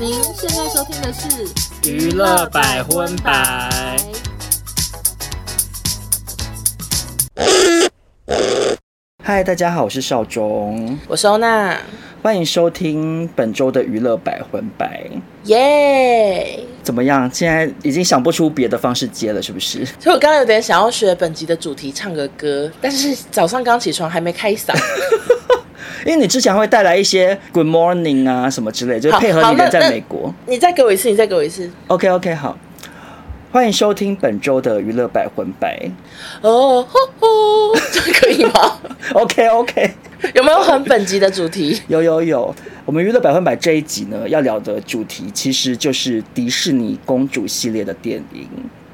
您现在收听的是《娱乐百分百》。嗨，大家好，我是少中，我收纳，欢迎收听本周的娱乐百分百。耶！怎么样？现在已经想不出别的方式接了，是不是？ 所以我刚刚有点想要学本集的主题唱个歌，但是早上刚起床还没开 嗓。因为你之前会带来一些 Good morning 啊什么之类，就好配合好你人那在那美国。你再给我一次，你再给我一次。 OK OK，好，欢迎收听本周的娱乐百分百。哦，吼吼， 这样可以吗？ OK OK，有没有很本集的主题？ 有有有，我们娱乐百分百这一集呢，要聊的主题其实就是迪士尼公主系列的电影。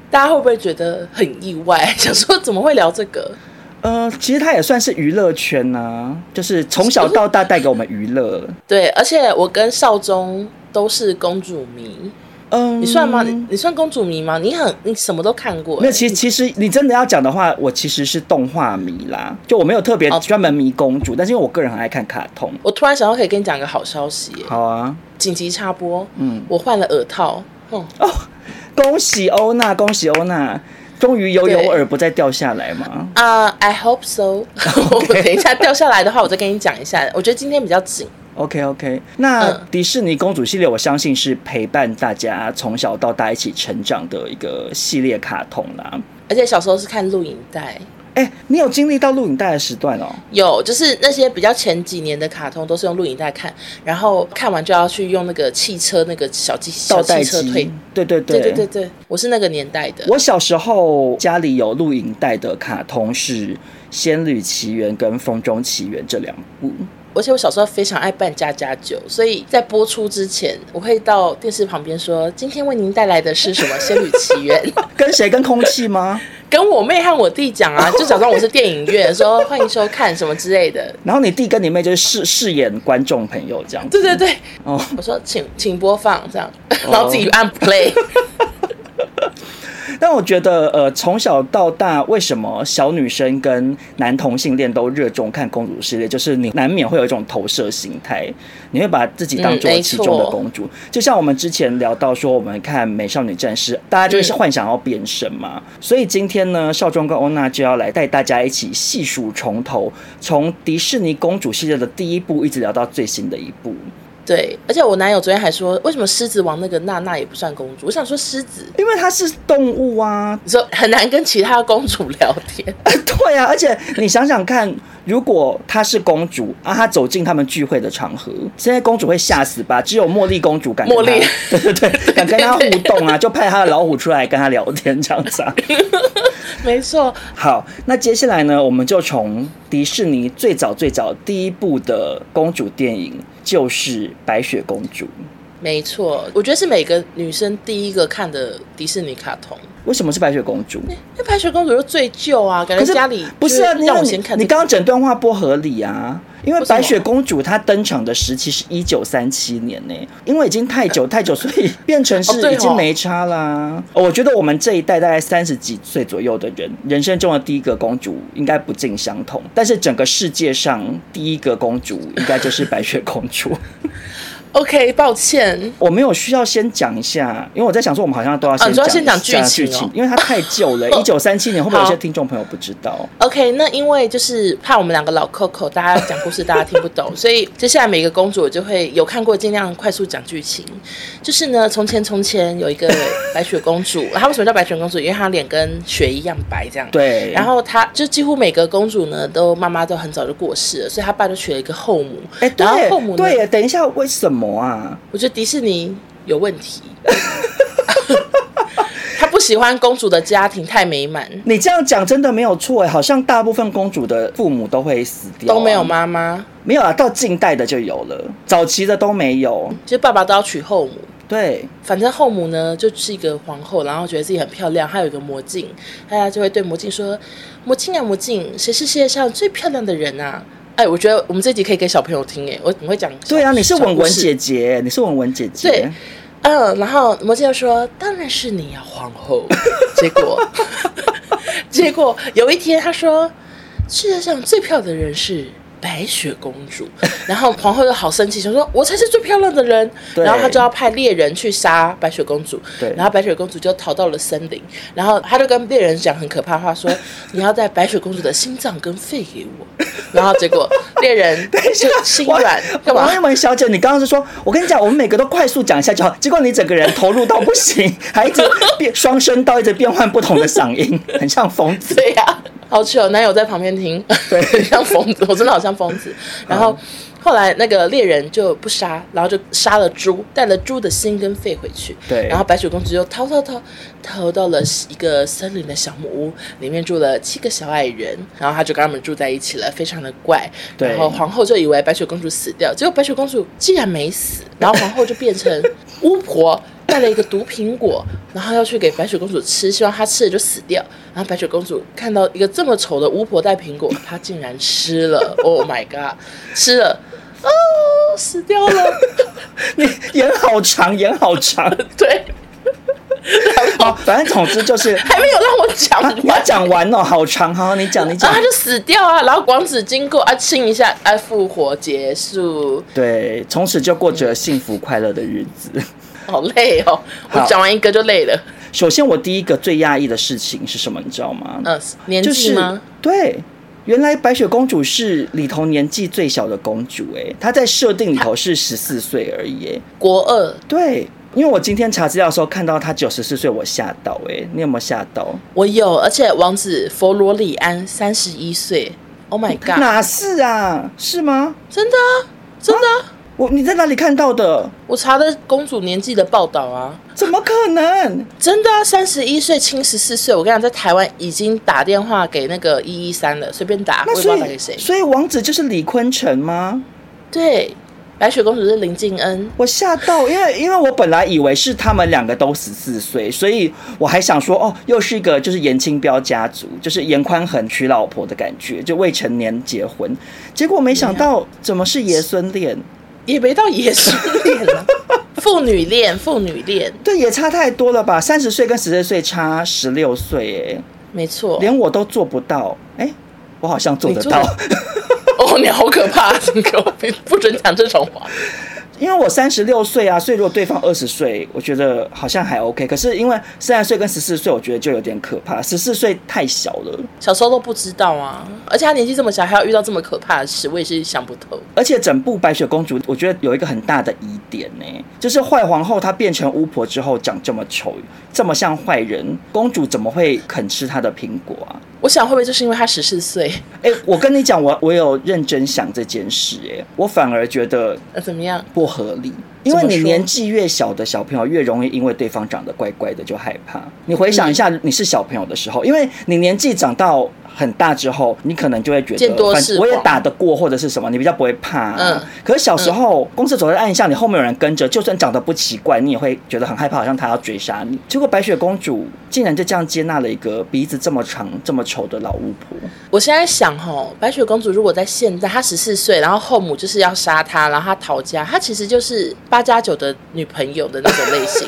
大家会不会觉得很意外？ 想说怎么会聊这个？呃，其实它也算是娱乐圈呐、就是从小到大带给我们娱乐。对，而且我跟少中都是公主迷，嗯，你算吗？你你算公主迷吗？你很你什么都看过、欸没有，其实其实你真的要讲的话，我其实是动画迷啦，就我没有特别哦专门迷公主，但是因为我个人很爱看卡通。我突然想到可以跟你讲个好消息、耶好啊，紧急插播，嗯哦我换了耳套，哼，恭喜欧娜，恭喜欧娜，终于有有对耳不再掉下来嘛。啊、i hope so 我等一下掉下来的话，我再跟你讲一下。我觉得今天比较紧， OK OK，那嗯迪士尼公主系列，我相信是陪伴大家从小到大一起成长的一个系列卡通啦。而且小时候是看录影带，哎、你有经历到录影带的时段哦？有就是那些比较前几年的卡通都是用录影带看，然后看完就要去用那个汽车那个小机倒小带汽车机推。，对对对对对对对，我是那个年代的。我小时候家里有录影带的卡通是《仙女奇缘》跟《风中奇缘》这两部。而且我小时候非常爱扮家家酒，所以在播出之前，我会到电视旁边说：“今天为您带来的是什么《仙女奇缘》跟谁？跟空气吗？？” 跟我妹和我弟讲啊，就假装我是电影院，说欢迎收看什么之类 的。然后你弟跟你妹就是饰饰演观众朋友这样子。对对对，哦，我说请请播放这样，然后自己按 play。但我觉得呃，从小到大，为什么小女生跟男同性恋都热衷看公主系列？就是你难免会有一种投射心态，你会把自己当做嗯没其错中的公主。就像我们之前聊到说，我们看《美少女战士》，大家就是嗯幻想要变身嘛。所以今天呢，少壮跟欧娜就要来带大家一起细数从头，从迪士尼公主系列的第一部一直聊到最新的一部。对，而且我男友昨天还说，为什么狮子王那个娜娜也不算公主？我想说狮子，因为它是动物啊，你说很难跟其他公主聊天， 对啊，而且你想想看，如果她是公主啊，她走进他们聚会的场合，现在公主会吓死吧？只有茉莉公主敢跟她，茉莉 对对对，敢跟她互动啊，就派她的老虎出来跟她聊天这样子 啊。 没错，好，那接下来呢，我们就从迪士尼最早最早第一部的公主电影就是《白雪公主》。没错，我觉得是每个女生第一个看的迪士尼卡通。为什么是白雪公主？因为白雪公主就最旧啊，感可觉是家里不是啊，就你让我你先看这个、你刚刚整段话不合理啊，因为为什么白雪公主她登场的时期是一九三七年呢、因为已经太久太久，所以变成哦是对哦已经没差啦、哦我觉得我们这一代大概三十几岁左右的人，人生中的第一个公主应该不尽相同，但是整个世界上第一个公主应该就是白雪公主。 OK，抱歉，我没有需要先讲一下，因为我在想说我们好像都要哦先你说讲、要先讲剧讲情剧哦情，因为它太旧 了，一九三七年，会不会有好些听众朋友不知道？ OK，那因为就是怕我们两个老 Coco，大家讲故事大家听不懂， 所以接下来每个公主我就会有看过，尽量快速讲剧情。就是呢，从前从前有一个白雪公主，她为什么叫白雪公主？因为她脸跟雪一样白，这样。。对，然后她就几乎每个公主呢，都妈妈都很早就过世了，所以她爸就娶了一个后母。哎、对然后后母呢，耶对耶，等一下，为什么啊？我觉得迪士尼有问题。 他不喜欢公主的家庭太美满，你这样讲真的没有错哎，好像大部分公主的父母都会死掉、啊都没有？妈妈，没有啊，到近代的就有了，早期的都没有。其实爸爸都要娶后母。对，反正后母呢就是一个皇后，然后觉得自己很漂亮，她有一个魔镜，大家就会对魔镜说：“魔镜啊，魔镜，谁是世界上最漂亮的人啊？”哎，我觉得我们这集可以给小朋友听，哎，我很会讲小。对啊，你是小文故文事姐姐，你是文文姐姐。 对嗯，然后魔镜就说：“当然是你呀、皇 后。”结果， 结果有一天他说：“世界上最漂亮的人是白雪公 主，然后皇后又好生气，想说我才是最漂亮的人，对然后她就要派猎人去杀白雪公主，对然后白雪公主就逃到了森林，然后她就跟猎人讲很可怕的话 说，你要带白雪公主的心脏跟肺给我，然后结果猎 人就心软，干嘛王？一文小姐，你刚刚是说，我跟你讲，我们每个都快速讲一下就好，结果你整个人投入到不行， 还一直变双声道，一直变换不同的嗓音，很像疯子。对呀、啊好糗！男友在旁边听，对，很 像疯子，我真的好像疯子。然后后来那个猎人就不杀，然后就杀了猪，带了猪的心跟肺回去。对然后白雪公主就逃逃逃逃到了一个森林的小木屋，里面住了七个小矮人，然后她就跟他们住在一起了，非常的怪。对然后皇后就以为白雪公主死掉，结果白雪公主竟然没死，然后皇后就变 成巫婆。带了一个毒苹果，然后要去给白雪公主吃，希望她吃了就死掉。然后白雪公主看到一个这么丑的巫婆带苹果，她竟然吃 了，Oh my god，吃了，哦，死掉 了，你演好长，演好 长。对，好，反正总之就是。还没有让我讲啊完， 你要讲完哦，好长，好，你讲，你然讲后她。啊就死掉啊，然后王子经过啊亲一下，啊复活结束，对，从此就过着幸福快乐的日子。 好累哦，我好讲完一个就累了，首先，我第一个最讶异的事情是什么？你知道吗？嗯，年就是纪吗？对，原来白雪公主是里头年纪最小的公主、欸，她在设定里头是十四岁而已、欸，国二，对。因为我今天查资料的时候看到她九十四岁，我吓到哎、欸你有没有吓到？我有，而且王子佛罗里安三十一岁，Oh my god，哪是啊？是吗？真的啊，真的啊。我你在哪里看到的？我查的公主年纪的报道啊，怎么可能？真的啊，三十一岁亲十四岁，我跟你讲，在台湾已经打电话给那个一一三了，随便打，我那也不知所道打给以谁。所以王子就是李坤城吗？对，白雪公主是林静恩，我吓到，因为因为我本来以为是他们两个都十四岁，所以我还想说，哦，又是一个就是严清标家族，就是严宽恒娶老婆的感觉，就未成年结婚。结果没想到怎么是爷孙恋，也没到野兽 恋了，父女恋，父女恋，对，也差太多了吧？三十岁跟十四岁差十六岁，没错哎，。连我都做不到，哎、我好像做得你做到，哦，你好可 怕，你给我不不准讲这种话。因为我三十六岁啊，所以如果对方二十岁，我觉得好像还 OK。可是因为三十岁跟十四岁，我觉得就有点可怕，十四岁太小了。小时候都不知道啊，而且他年纪这么小，还要遇到这么可怕的事，我也是想不透。而且整部《白雪公主》，我觉得有一个很大的疑点呢、就是坏皇后她变成巫婆之后长这么丑，这么像坏人，公主怎么会肯吃她的苹果啊？我想会不会就是因为他十四岁？ 哎、我跟你讲，我我有认真想这件事、欸，我反而觉得那怎么样？不合理，因为怎么你说年纪越小的小朋友越容易因为对方长得怪怪的就害怕。你回想一嗯下，你是小朋友的时候，因为你年纪长到很大之后，你可能就会觉见得多反识我也广打得过或者是什么，你比较不会怕啊、嗯可是小时候，公司走在暗巷，你后面有人跟着，就算长得不奇怪，你也会觉得很害怕，好像他要追杀你。结果白雪公主竟然就这样接纳了一个鼻子这么长、这么丑的老巫婆。我现在想吼，白雪公主如果在现在，她十四岁，然后后母就是要杀她，然后她逃家，她其实就是八加九的女朋友的那种类 型。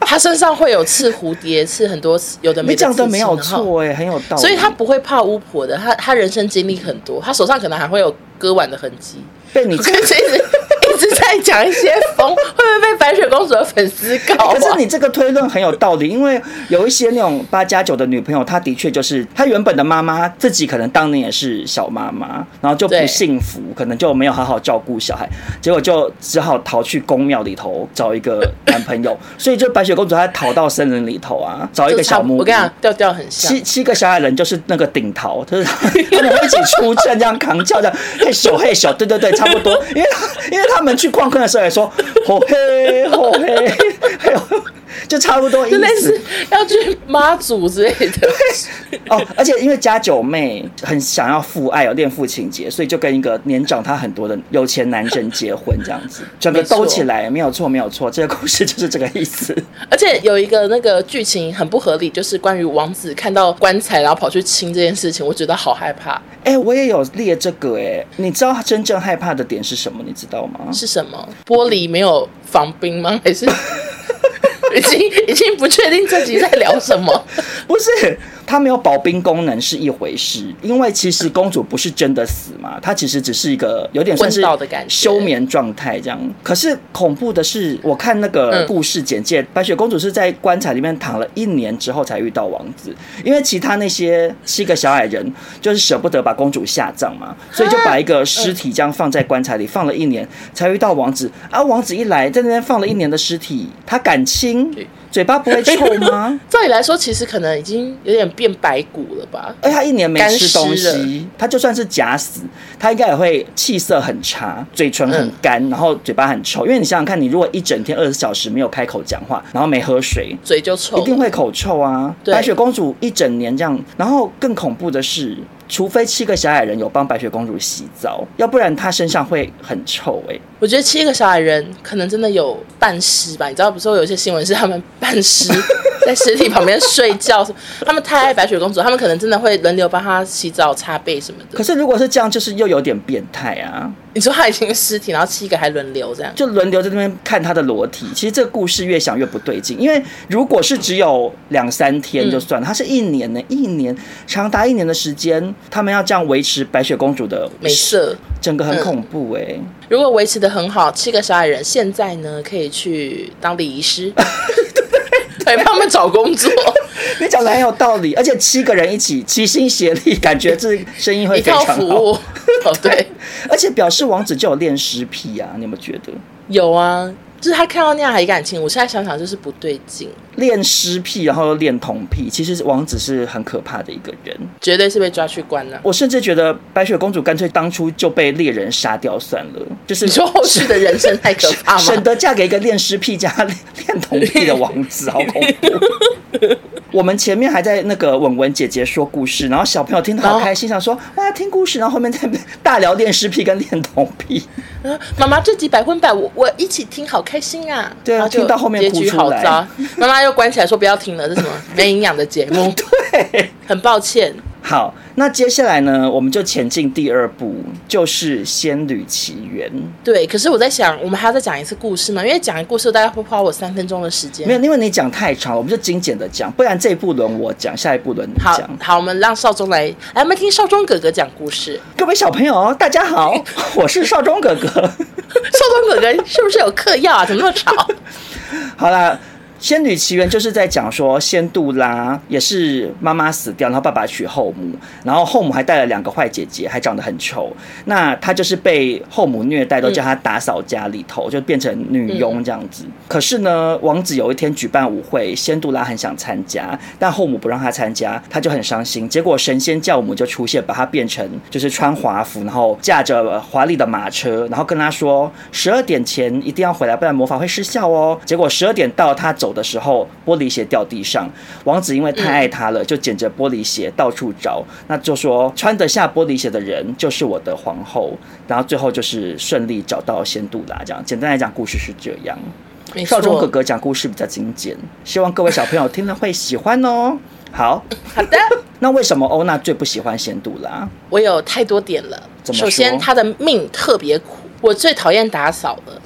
她身上会有刺蝴蝶，刺很多刺有的没你的讲刺的青，没有然后错哎、很有道理。哦所以她不会怕巫婆的。她她人生经历很多，她手上可能还会有割腕的痕迹。被你我跟你一 直一直在讲一些疯，会不会被白雪公主的粉丝告、啊？可是你这个推论很有道理，因为有一些那种八加九的女朋友，她的确就是她原本的妈妈自己可能当年也是小妈妈，然后就不对幸福，可能就没有好好照顾小孩，结果就只好逃去宫庙里头找一个男朋友，所以就白雪公主她逃到森林里头啊，找一就个差小不木屋我跟你讲，调调很像七。七个小矮人就是那个顶头，就是 他他们会一起出阵，这样扛轿这样，嘿咻嘿咻，对对对，差不多。因为他因为他们去矿坑的时候也说，吼嘿吼嘿，还有就差不多意就类似思 要去妈祖之类的，哦。而且因为家九妹很想要父爱，有恋父情节，所以就跟一个年长她很多的有钱男生结婚，这样子，整个没错兜起来，没有错没有错，这个故事就是这个意思。而且有一个那个剧情很不合理，就是关于王子看到棺材然后跑去亲这件事情，我觉得好害怕。哎、我也有列这个哎、你知道真正害怕的点是什么？你知道吗？是什么？玻璃没有防冰吗？ 还是已经已经不确定这集在聊什么？ 不是，它没有保兵功能是一回事，因为其实公主不是真的死嘛，她其实只是一个有点算是昏倒的感觉休眠状态这样。可是恐怖的是，我看那个嗯故事简介，白雪公主是在棺材里面躺了一年之后才遇到王子，因为其他那些七个小矮人就是舍不得把公主下葬嘛，所以就把一个尸体这样放在棺材里放了一年，才遇到王子。啊，王子一来在那边放了一年的尸体，他敢亲对，嘴巴不会臭吗？照理来说，其实可能已经有点变白骨了吧？而且他一年没干吃东尸了西，他就算是假死，他应该也会气色很差，嘴唇很干，然后嘴巴很臭。因为你想想看，你如果一整天二十小时没有开口讲话，然后没喝水，嘴就臭一定了，会口臭啊！对白雪公主一整年这样，然后更恐怖的是，除非七个小矮人有帮白雪公主洗澡，要不然她身上会很臭哎、我觉得七个小矮人可能真的有半尸吧，你知道，不是会有一些新闻是他们半尸在尸体旁边睡觉什么，他们太爱白雪公主，他们可能真的会轮流帮她洗澡、擦背什么可的。是如果是这样，就是又有点变态啊！你说她已经是尸体，然后七个还轮流这样，就轮流在那边看她的裸体。其实这个故事越想越不对劲，因为如果是只有两三天就嗯算了，它是一年呢、一年长达一年的时间，他们要这样维持白雪公主的没，事。整个很嗯恐怖哎、如果维持的很好，七个小矮人现在呢可以去当礼仪 师，对，帮他们找工作。你讲的很有道理，而且七个人一起齐心协力，感觉这生意会一非套常服好。务。 哦，对，而且表示王子就有恋尸癖啊，你有没有觉得有啊，就是他看到那样还敢亲，我现在想想就是不对劲，恋尸癖，然后又恋童癖？其实王子是很可怕的一个人。绝对是被抓去关了、我甚至觉得白雪公主干脆当初就被猎人杀掉算了，就是你说后续的人生太可 怕省吗？得嫁给一个恋尸癖加恋童癖的王子，好恐怖。我们前面还在那个文文姐姐说故事，然后小朋友听得好开心，想说哇听故事，然后后面在大聊恋尸癖跟恋童癖。啊妈妈这集百分百，我我一起听，好开心啊！对啊然就听到后面结哭局出好来糟，妈妈又关起来说不要听了，这是什么 没营养的节目？对，很抱歉，好，那接下来呢，我们就前进第二步，就是《仙女奇缘》。对。可是我在想，我们还要再讲一次故事吗？因为讲一个故事大概会花我三分钟的时间。没有，因为你讲太长了，我们就精简的讲，不然这一部轮我讲，下一部轮你好讲。好，我们让少中来，哎来，我们听少中哥哥讲故事。 各位小朋友，大家好，我是少忠哥哥。少中哥哥是不是有嗑药啊？怎么那么吵？好啦，《仙女奇缘》就是在讲说，仙杜拉也是妈妈死掉，然后爸爸娶后母，然后后母还带了两个坏姐姐，还长得很丑。那她就是被后母虐待，都叫她打扫家里头，就变成女佣这样子。可是呢，王子有一天举办舞会，仙杜拉很想参加，但后母不让她参加，她就很伤心。结果神仙教母就出现，把她变成就是穿华服，然后驾着华丽的马车，然后跟她说十二点前一定要回来，不然魔法会失效哦。结果十二点到，她走的时候玻璃鞋掉地上，王子因为太爱她嗯了，就捡着玻璃鞋到处找，那就说穿得下玻璃鞋的人就是我的皇后。然后最后就是顺利找到仙杜拉，这样简单来讲，故事是这样。没 少错，中哥哥讲故事比较精简，希望各位小朋友听了会喜欢哦。好，好的， 那为什么欧娜最不喜欢仙杜拉？我有太多点了。怎么说首先，他的命特别苦，我最讨厌打扫了。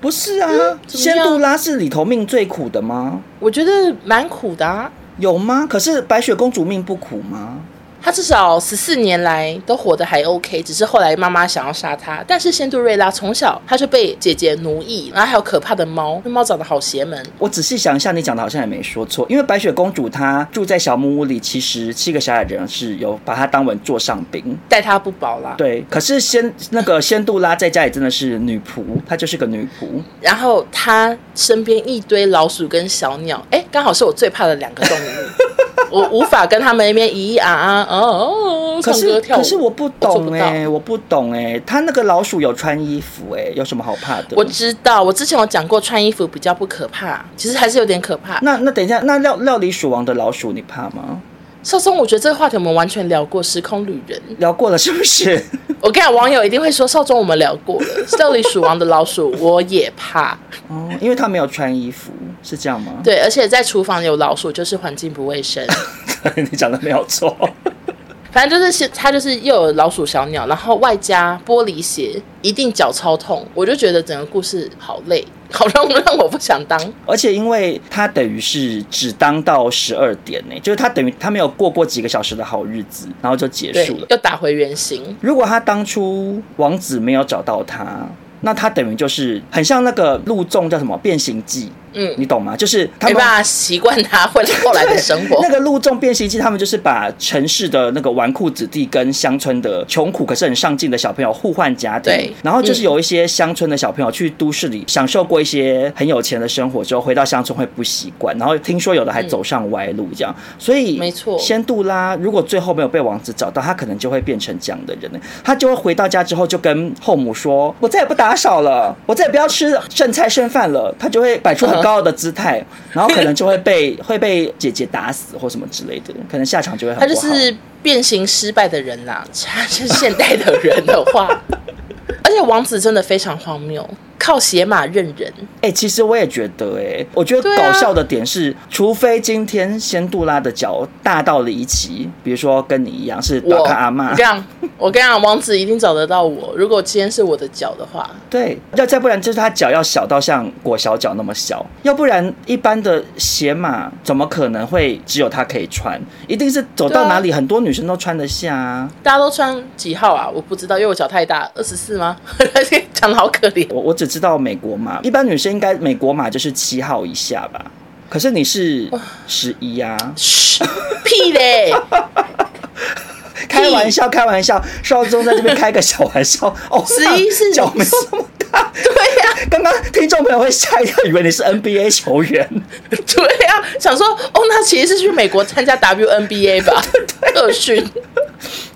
不是啊，嗯怎么仙样杜拉是里头命最苦的吗？我觉得蛮苦的、啊，有吗？可是白雪公主命不苦吗？他至少十四年来都活得还 OK，只是后来妈妈想要杀他。但是仙杜瑞拉从小他就被姐姐奴役，然后还有可怕的猫，那猫长得好邪门。我仔细想一下，你讲的好像也没说错，因为白雪公主她住在小木屋里，其实七个小矮人是有把她当成座上宾。待他不薄啦，对，可是仙那个仙杜拉在家里真的是女仆，她就是个女仆。然后他身边一堆老鼠跟小鸟，哎，刚好是我最怕的两个 动物，我无法跟他们那边咿咿啊啊哦哦哦，可唱是歌跳舞。可是我不我做懂不哎、我不懂哎、他那个老鼠有穿衣服哎、有什么好怕的？我知道，我之前有讲过，穿衣服比较不可怕，其实还是有点可怕。那那等一下，那料料理鼠王的老鼠你怕吗？少松，我觉得这个话题我们完全聊过《时空旅人》，聊过了是不是？我跟你讲，网友一定会说少宗我们聊 过了，《料理鼠王》的老鼠我也怕，哦，因为他没有穿衣服，是这样吗？对，而且在厨房有老鼠就是环境不卫 生，对， 你讲的没有错。反正就是它就是又有老鼠小鸟，然后外加玻璃鞋，一定脚超痛，我就觉得整个故事好累。 好让让我不想当。而且因为他等于是只当到十二点呢、就是他等于他没有过过几个小时的好日子，然后就结对束了，。要打回原形。如果他当初王子没有找到他，那他等于就是很像那个陆纵叫什么《变形记》，嗯，你懂吗？就是他没们办法习惯他会后来的生活 那。个陆众变形记，他们就是把城市的那个纨绔子弟跟乡村的穷苦可是很上进的小朋友互换家庭对，然后就是有一些乡村的小朋友去都市里享受过一些很有钱的生活之后，回到乡村会不习惯，然后听说有的还走上歪路这样，所以没错仙杜拉如果最后没有被王子找到，他可能就会变成这样的人，他就会回到家之后就跟后母说：“我再也不打扫了，我再也不要吃剩菜剩饭了。”他就会摆出很高傲的 姿态，然后可能就会被 会被姐姐打死或什么之类的，可能下场就会很不他好。就是变形失败的人啦、他是现代的人的 话，而且王子真的非常荒谬，靠写马认人。哎、其实我也觉得、哎，我觉得对啊搞笑的点是，除非今天仙杜拉的脚大到离奇，比如说跟你一样是我短卡阿妈我跟你，讲，我跟你讲，王子一定找得到我。如果今天是我的脚的话，对，要再不然就是他脚要小到像裹小脚那么小，要不然一般的鞋码怎么可能会只有他可以穿？一定是走对到啊哪里很多女生都穿得下啊。大家都穿几号啊？我不知道，因为我脚太大，二十四吗？ 讲的好可怜。我我只知道美国码，一般女生应该美国码就是七号以下吧。可是你是十一啊？嘘，屁嘞！ 开玩笑，开玩笑，少宗在这边开个小玩笑哦。 十一是脚没这么大，对啊呀、 刚刚听众朋友会吓一跳，以为你是 NBA 球员。对呀、想说哦，那其实是去美国参加 WNBA 吧？特训。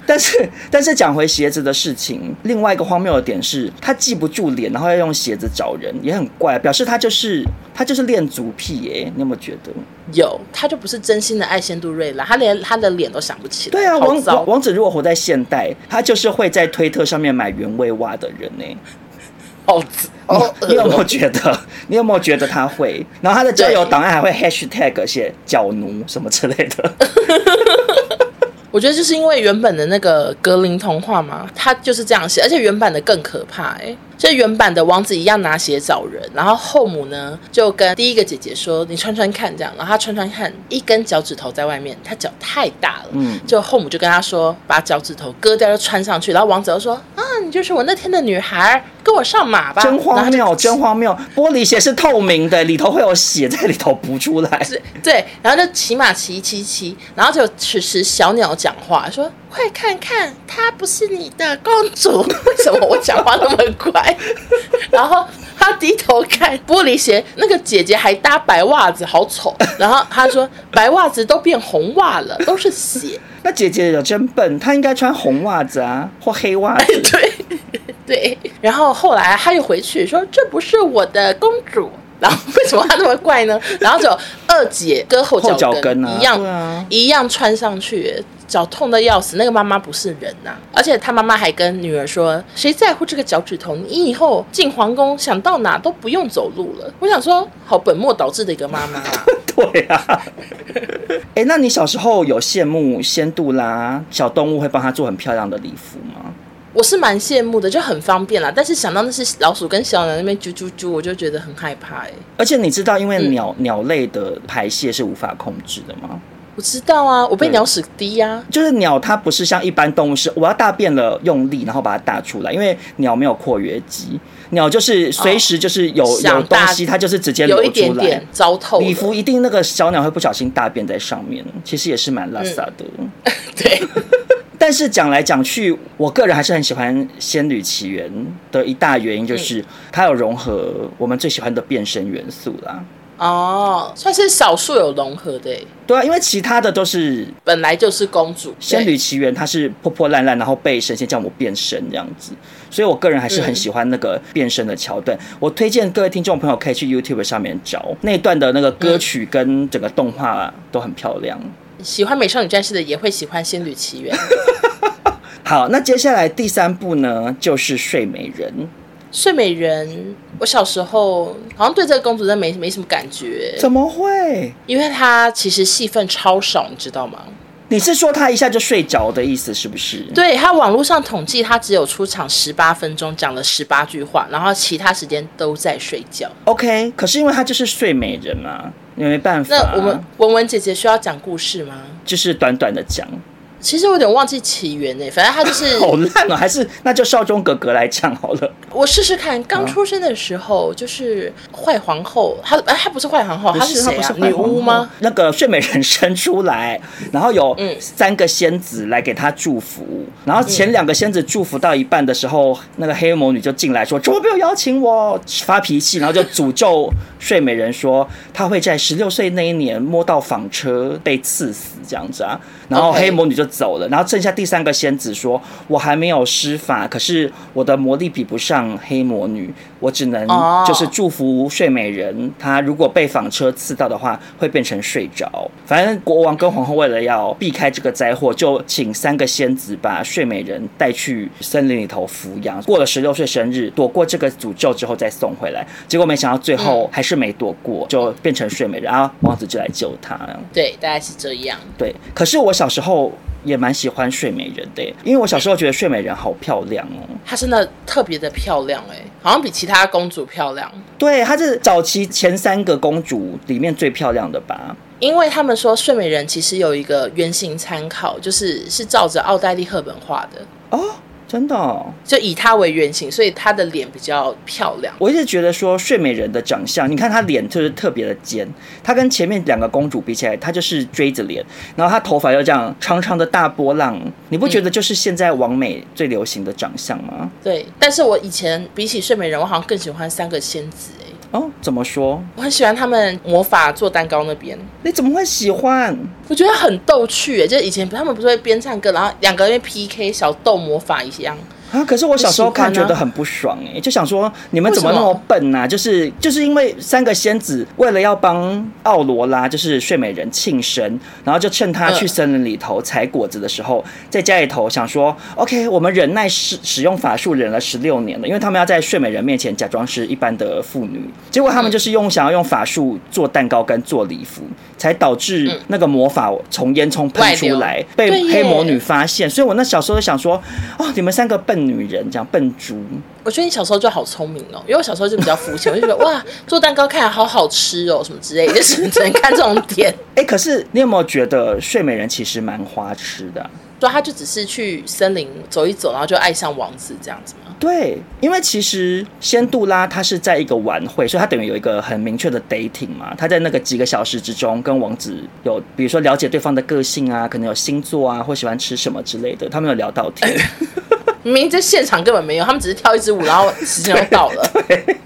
但是，但是讲回鞋子的事情，另外一个荒谬的点是，他记不住脸，然后要用鞋子找人，也很怪，表示他就是他就是恋足癖耶、你有没有觉得？有，他就不是真心的爱仙杜瑞拉，他连他的脸都想不起来。对啊，好王糟王。王子如果活在现代，他就是会在推特上面买原味袜的人呢、好 糟哦，你有没有觉得？你有没有觉得他会？然后他的交友档案还会 hashtag 写脚奴什么之类 的。我觉得就是因为原本的那个格林童话嘛，它就是这样写，而且原版的更可怕哎、就是原版的王子一样拿鞋找人，然后后母呢就跟第一个姐姐说：“你穿穿看，这样。”然后她穿穿看，一根脚趾头在外面，她脚太大了，嗯就后母就跟她说：“把脚趾头割掉就穿上去。”然后王子就说：“啊，你就是我那天的女孩，跟我上马吧。”真荒然后谬，她就真荒谬！玻璃鞋是透明的，里头会有血在里头不出来。对对，然后就骑马骑骑骑，然后就此时小鸟讲话说：“快看看，她不是你的公主。” 为什么我讲话那么快？ 然后他低头看玻璃鞋，那个姐姐还搭白袜子，好丑。然后他说：“白袜子都变红袜了，都是血。那姐姐有真笨，她应该穿红袜子啊，或黑袜子。 对”对然后后来他又回去说：“这不是我的公主。”然后为什么他那么怪呢？然后就二姐割后后脚脚跟啊，一样对啊，一样穿上去，脚痛的要死。那个妈妈不是人呐、而且她妈妈还跟女儿说：“谁在乎这个脚趾头？你以后进皇宫想到哪都不用走路了。”我想说，好本末倒置的一个妈妈、啊。 对 啊。哎、那你小时候有羡慕仙杜拉小动物会帮她做很漂亮的礼服吗？我是蛮羡慕的，就很方便啦。但是想到那是老鼠跟小鸟那边啾啾啾，我就觉得很害怕、欸。而且你知道，因嗯为鸟、鸟类的排泄是无法控制的吗？我知道啊，我被对鸟屎滴呀、啊。就是鸟，它不是像一般动物是我要大便了用力，然后把它打出来，因为鸟没有括约肌，鸟就是随时就是有、有哦想东大西，它就是直接流有一出来。点点糟透礼了，服一定那个小鸟会不小心大便在上面，其实也是嗯蛮拉萨的。对，但是讲来讲去，我个人还是很喜欢《仙女奇缘》的一大原因就是、它有融合我们最喜欢的变身元素啦。哦，算是少数有融合的欸、对啊，因为其他的都是《本来就是公主仙对女奇缘》，它是破破烂烂，然后被神仙教母变身这样子，所以我个人还是很喜欢那个变身的桥段。我推荐各位听众朋友可以去 YouTube 上面找那一段的那个歌曲跟整个动画都很漂亮。喜欢美少女战士的也会喜欢《仙女奇缘》 《好，那接下来第三部呢，就是《睡美人》。睡美人》。我小时候好像对这个公主真的没没什么感觉，欸怎么会？因为她其实戏份超少，你知道吗？你是说他一下就睡着的意思是不是？对他网络上统计，他只有出场十八分钟，讲了十八句话，然后其他时间都在睡觉。 ，OK。可是因为他就是睡美人嘛，也没办法。啊那我们文文姐姐需要讲故事吗？就是短短的讲，其实我有点忘记起源呢、欸反正他就是 好烂哦，还是那就少中哥哥来讲好了。我试试看，刚出生的时候就是坏皇后，她哎她不是坏皇后，她不是她谁不啊是？女坏皇巫后吗？？那个睡美人生出来，然后有嗯三个仙子来给她祝福，然后前两个仙子祝福到一半的时候，那个黑魔女就进来说：“怎么没有邀请我？”发脾气，然后就诅咒睡美人说她会在十六岁那一年摸到纺车被刺死这样子啊。然后 OK 黑魔女就走了，然后剩下第三个仙子说：“我还没有施法，可是我的魔力比不上黑魔女，我只能哦就是祝福睡美人，她如果被纺车刺到的话，会变成睡着。反正国王跟皇后为了要避开这个灾祸，就请三个仙子把睡美人带去森林里头抚养。过了十六岁生日，躲过这个诅咒之后再送回来。结果没想到最后还是没躲过，就变成睡美人，然后王子就来救她。对，大概是这样。对，可是我小时候。也蛮喜欢睡美人的耶，因为我小时候觉得睡美人好漂亮哦。她真的特别的漂亮哎、好像比其他公主漂亮，对，她是早期前三个公主里面最漂亮的吧？因为他们说睡美人其实有一个原型参考，就是是照着奥黛丽·赫本画的，哦，真的哦、就以她为原型，所以她的脸比较漂亮。我一直觉得说睡美人的长相，你看她脸就是特别的尖，她跟前面两个公主比起来，她就是锥子脸，然后她头发又这样长长的大波浪，你不觉得就是现在王美最流行的长相吗？对，但是我以前比起睡美人，我好像更喜欢三个仙子哎、哦，怎么说？我很喜欢他们魔法做蛋糕那边。你怎么会喜欢？我觉得很逗趣耶，就是以前他们不是会边唱歌，然后两个人 PK 小斗魔法一样。啊！可是我小时候看不喜欢啊觉得很不爽哎、就想说你们怎么为那什么么笨呐、就是就是因为三个仙子为了要帮奥罗拉，就是睡美人庆生，然后就趁她嗯去森林里头采果子的时候，在家里头想说，OK，我们忍耐使使用法术忍了十六年了，因为他们要在睡美人面前假装是一般的妇女，结果他们就是用想要用法术做蛋糕跟做礼服，才导致嗯那个魔法从烟囱外喷流出来，被对耶黑魔女发现，所以我那小时候就想说，哦，你们三个笨女人，这样笨猪，我觉得你小时候就好聪明哦，因为我小时候就比较肤浅，我 就觉得哇，做蛋糕看起来好好吃哦，什么之类的，就是 只能看这种点。哎，可是你有没有觉得睡美人其实蛮花痴的啊、说他就只是去森林走一走，然后就爱上王子这样子嘛。对，因为其实仙杜拉她是在一个晚会，所以她等于有一个很明确的 dating 嘛。她在那个几个小时之中，跟王子有比如说了解对方的个性啊，可能有星座啊，或喜欢吃什么之类的，他们有聊到天。明明在现场根本没有，他们只是跳一支舞，然后时间就到了。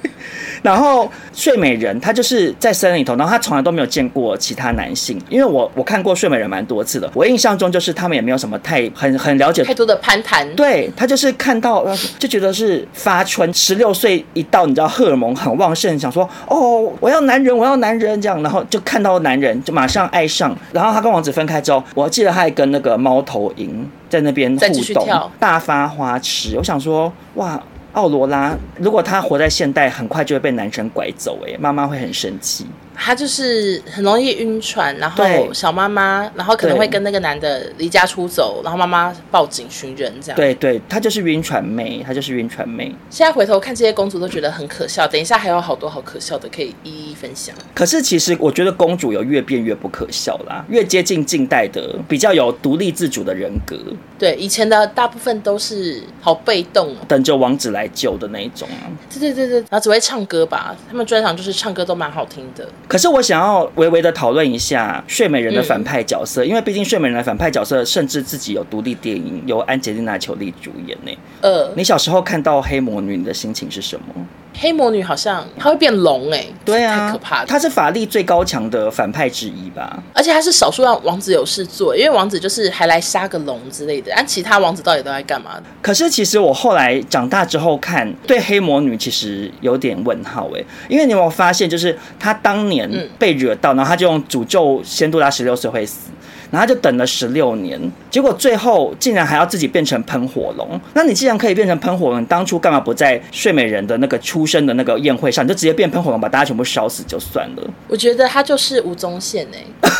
然后睡美人她就是在森林里头，然后她从来都没有见过其他男性，因为我我看过睡美人蛮多次的，我印象中就是他们也没有什么太很很了解太多的攀谈，对他就是看到呃就觉得是发春，十六岁一到，你知道荷尔蒙很旺盛，想说哦，我要男人，我要男人这样，然后就看到男人就马上爱上，然后他跟王子分开之后，我记得他还跟那个猫头鹰在那边再继互续动跳，大发花痴。我想说哇。奥罗拉，如果她活在现代，很快就会被男生拐走、欸，哎，妈妈会很生气。他就是很容易晕船，然后对小妈妈，然后可能对会跟那个男的离家出走，然后妈妈报警寻人这样。对对，她就是晕船妹，她就是晕船妹。现在回头看这些公主都觉得很可笑，等一下还有好多好可笑的可以一一分享。可是其实我觉得公主有越变越不可笑啦，越接近近代的比较有独立自主的人格，对，以前的大部分都是好被动哦。等着王子来救的那一种啊。对对对对，然后只会唱歌吧，他们专长就是唱歌都蛮好听的。可是我想要微微的讨论一下睡美人的反派角色，因为毕竟睡美人的反派角色甚至自己有独立电影，由安吉丽娜·裘丽主演呢、呃，你小时候看到黑魔女，你的心情是什么？黑魔女好像她会变龙哎、对啊，太可怕了。她是法力最高强的反派之一吧？而且她是少数让王子有事做，因为王子就是还来杀个龙之类的，但其他王子到底都在干嘛？可是其实我后来长大之后看，对黑魔女其实有点问号诶，因为你有没有发现，就是她当年嗯被惹到，然后她就用诅咒仙杜拉十六岁会死，然后她就等了十六年，结果最后竟然还要自己变成喷火龙。那你既然可以变成喷火龙，你当初干嘛不在睡美人的那个出生的那个宴会上，你就直接变喷火龙，把大家全部烧死就算了？ 我觉得她就是吴宗宪哎、欸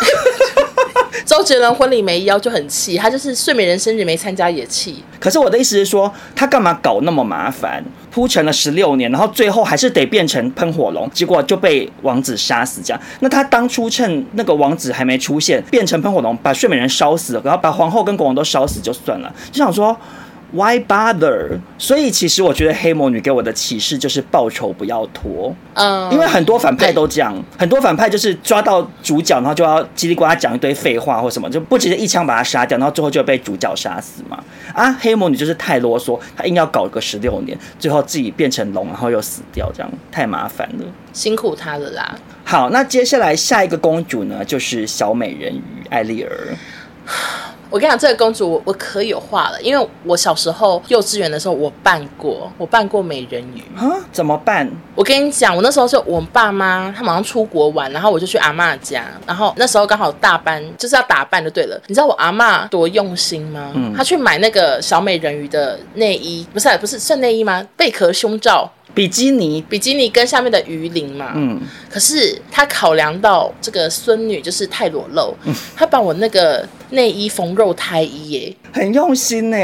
周杰伦婚礼没邀就很气，他就是睡美人生日没参加也气。可是我的意思是说，他干嘛搞那么麻烦？铺陈了十六年，然后最后还是得变成喷火龙，结果就被王子杀死这样。那他当初趁那个王子还没出现，变成喷火龙，把睡美人烧死了，然后把皇后跟国王都烧死就算了，就想说。Why bother？所以其实我觉得黑魔女给我的启示就是报仇不要拖，嗯，因为很多反派都这样，很多反派就是抓到主角，然后就要叽里呱啦讲一堆废话或什么，就不直接一枪把他杀掉，然后最后就被主角杀死嘛。啊，黑魔女就是太啰嗦，她硬要搞个十六年，最后自己变成龙，然后又死掉，这样太麻烦了。辛苦他了啦。好，那接下来下一个公主呢，就是小美人鱼艾丽儿。我跟你讲，这个公主我我可有话了，因为我小时候幼稚园的时候我扮过，我扮过美人鱼。啊，怎么办？我跟你讲，我那时候是我爸妈他们好像出国玩，然后我就去阿嬷家，然后那时候刚好大班就是要打扮就对了。你知道我阿嬷多用心吗？嗯她去买那个小美人鱼的内衣，不是啊不是算内衣吗？贝壳胸罩、比基尼，比基尼跟下面的鱼鳞嘛。嗯，可是她考量到这个孙女就是太裸露，嗯她把我那个内衣缝肉胎衣耶、很用心呢、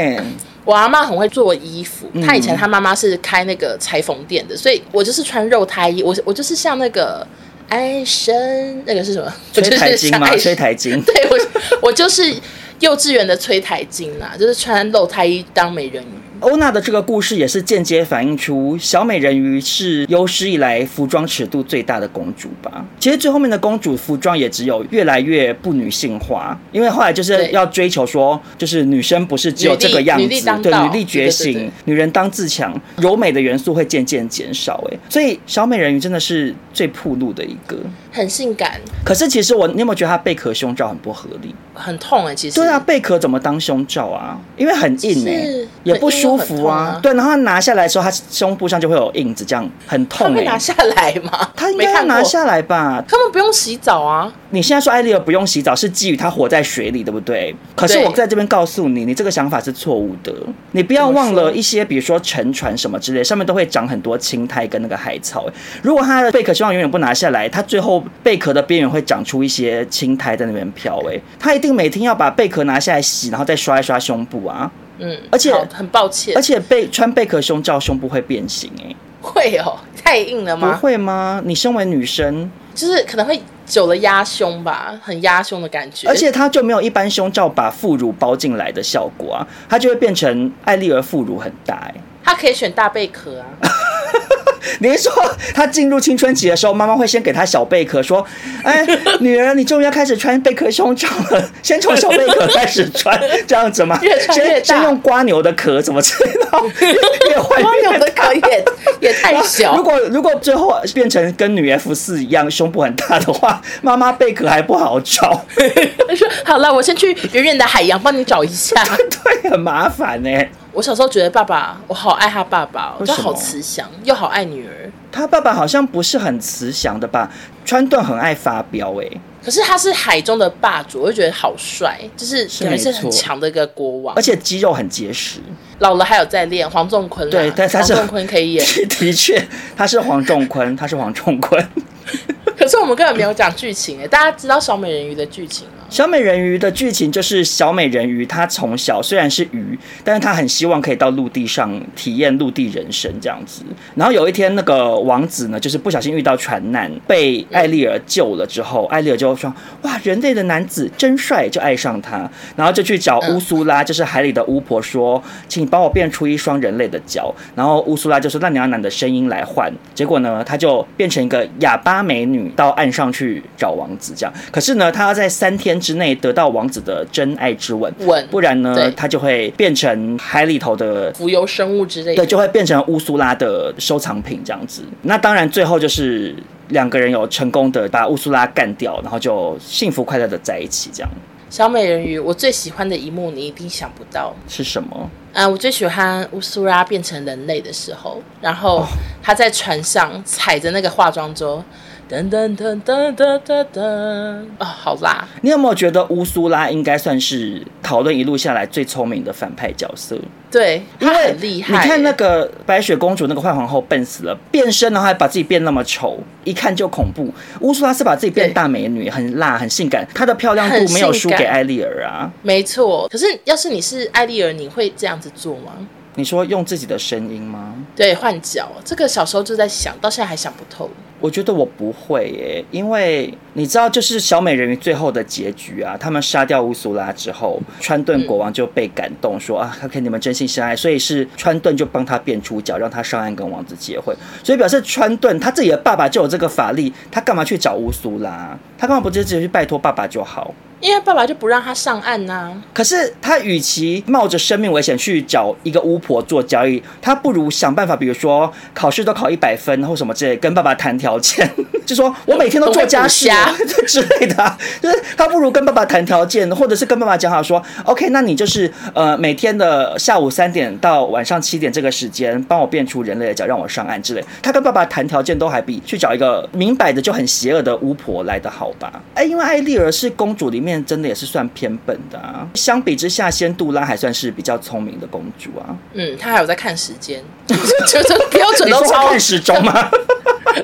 我阿妈很会做衣服，嗯她以前她妈妈是开那个裁缝店的，所以我就是穿肉胎衣，我我就是像那个爱神，那个是什么？我 吹就是台金像吗？爱吹台 金。对我我就是幼稚园的崔台金啦，就是穿肉胎衣当美人鱼。欧娜的这个故事也是间接反映出小美人鱼是有史以来服装尺度最大的公主吧。其实最后面的公主服装也只有越来越不女性化，因为后来就是对要追求说，就是女生不是只有这个样女力女力子，当对，道女力觉醒，对对对女人当自强，柔美的元素会渐渐减少。哎，所以小美人鱼真的是最铺路的一个。很性感，可是其实我，你有没有觉得她贝壳胸罩很不合理？很痛哎、其实对啊，，贝壳怎么当胸罩啊？因为很硬哎、是也不舒很硬服又很啊痛啊。对，然后他拿下来的时候，他胸部上就会有印子，这样很她痛会哎、拿下来吗？他应没该要看过拿，下来吧？他们不用洗澡啊。你现在说艾丽尔不用洗澡，是基于她活在水里，对不对？可是对我在这边告诉你，你这个想法是错误的。你不要忘怎么了说一些，比如说沉船什么之类，上面都会长很多青苔跟那个海草。如果它的贝壳希望永远不拿下来，它最后贝壳的边缘会长出一些青苔在那边飘。哎，它一定每天要把贝壳拿下来洗，然后再刷一刷胸部啊。嗯，而且好很抱歉，而且贝穿贝壳胸罩，胸部会变形、欸，会哦，太硬了不吗？会吗？你身为女生，就是可能会久了压胸吧，很压胸的感觉。而且它就没有一般胸罩把副乳包进来的效果啊，它就会变成艾丽儿副乳很大、欸。他可以选大贝壳啊， 你是说她进入青春期的时候，妈妈会先给她小贝 壳，说：“哎，女儿，你终于要开始穿贝壳胸罩了，先从小贝壳开始穿，这样子吗？ 越穿越先大先用瓜牛的壳怎么知 道？越换蜗越牛的壳也也太小 如。果如果最后变成跟女 F 四一样胸部很大的话，妈妈贝壳还不好找，他 说好了，我先去远远的海洋帮你找一 下。对，很麻烦呢、我小时候觉得爸爸，我好爱他爸爸哦，为就什么好慈祥，又好爱女儿。他爸爸好像不是很慈祥的吧？川顿很爱发飙哎、可是他是海中的霸主，我就觉得好帅，就是是感觉是没错很强的一个国王。而且肌肉很结实。老了还有在练黄仲坤啦，啊对但他黄是仲坤可以演。 的确，他是黄仲坤，他是黄仲坤。可是我们根本没有讲剧情欸诶，大家知道小美人鱼的剧情吗？ 小美人鱼的剧情就是小美人鱼，她从小虽然是鱼，但是她很希望可以到陆地上体验陆地人生这样子。然后有一天，那个王子呢，就是不小心遇到船难，被艾丽尔救了之后，艾丽尔就说：“哇，人类的男子真帅！”就爱上他，然后就去找乌苏拉，就是海里的巫婆说：“请帮我变出一双人类的脚。”然后乌苏拉就说：“那你要拿你的声音来换。”结果呢，她就变成一个哑巴美女，到岸上去找王子这样。可是呢，她要在三天之内得到王子的真爱之吻，吻不然呢嗯对，她就会变成海里头的浮游生物之类的对，。就会变成乌苏拉的收藏品这样子。那当然，最后就是两个人有成功的把乌苏拉干掉，然后就幸福快乐的在一起。这样小美人鱼，我最喜欢的一幕你一定想不到。是什么？啊，我最喜欢乌苏拉哦变成人类的时候，然后她在船上踩着那个化妆桌，噔噔噔噔噔噔噔，啊，好辣！你有没有觉得乌苏拉应该算是讨论一路下来最聪明的反派角色？对，因他为很厉害。欸你看那个白雪公主那个坏皇后笨死了，变身然后还把自己变那么丑，一看就恐怖。乌苏拉是把自己变对大美女，很辣很性感，她的漂亮很度没有性输给感艾丽儿啊。没错，可是要是你是艾丽儿，你会这样子做吗？你说用自己的声音吗？对，换角这个小时候就在想，到现在还想不透。我觉得我不会耶，因为你知道，就是小美人鱼最后的结局啊，他们杀掉乌苏拉之后，川顿国王就被感动说、啊，OK，你们真心相爱，所以是川顿就帮他变主角，让他上岸跟王子结婚，所以表示川顿他自己的爸爸就有这个法力，他干嘛去找乌苏拉？他干嘛不直接去拜托爸爸就好？因为爸爸就不让他上岸啊呐、可是他与其冒着生命危险去找一个巫婆做交易，他不如想办法，比如说考试都考一百分或什么之类，跟爸爸谈条件， 就说我每天都做家事啊 之类的啊，就是他不如跟爸爸谈条件，或者是跟爸爸讲好说，OK，那你就是呃每天的下午三点到晚上七点这个时间，帮我变出人类的脚，让我上岸之类。他跟爸爸谈条件都还比去找一个明摆着就很邪恶的巫婆来的好吧？哎，因为艾丽儿是公主里面真的也是算偏笨的啊，相比之下，仙杜拉还算是比较聪明的公主啊。嗯，他还有在看时间，觉得标准你都说超看时钟啊吗？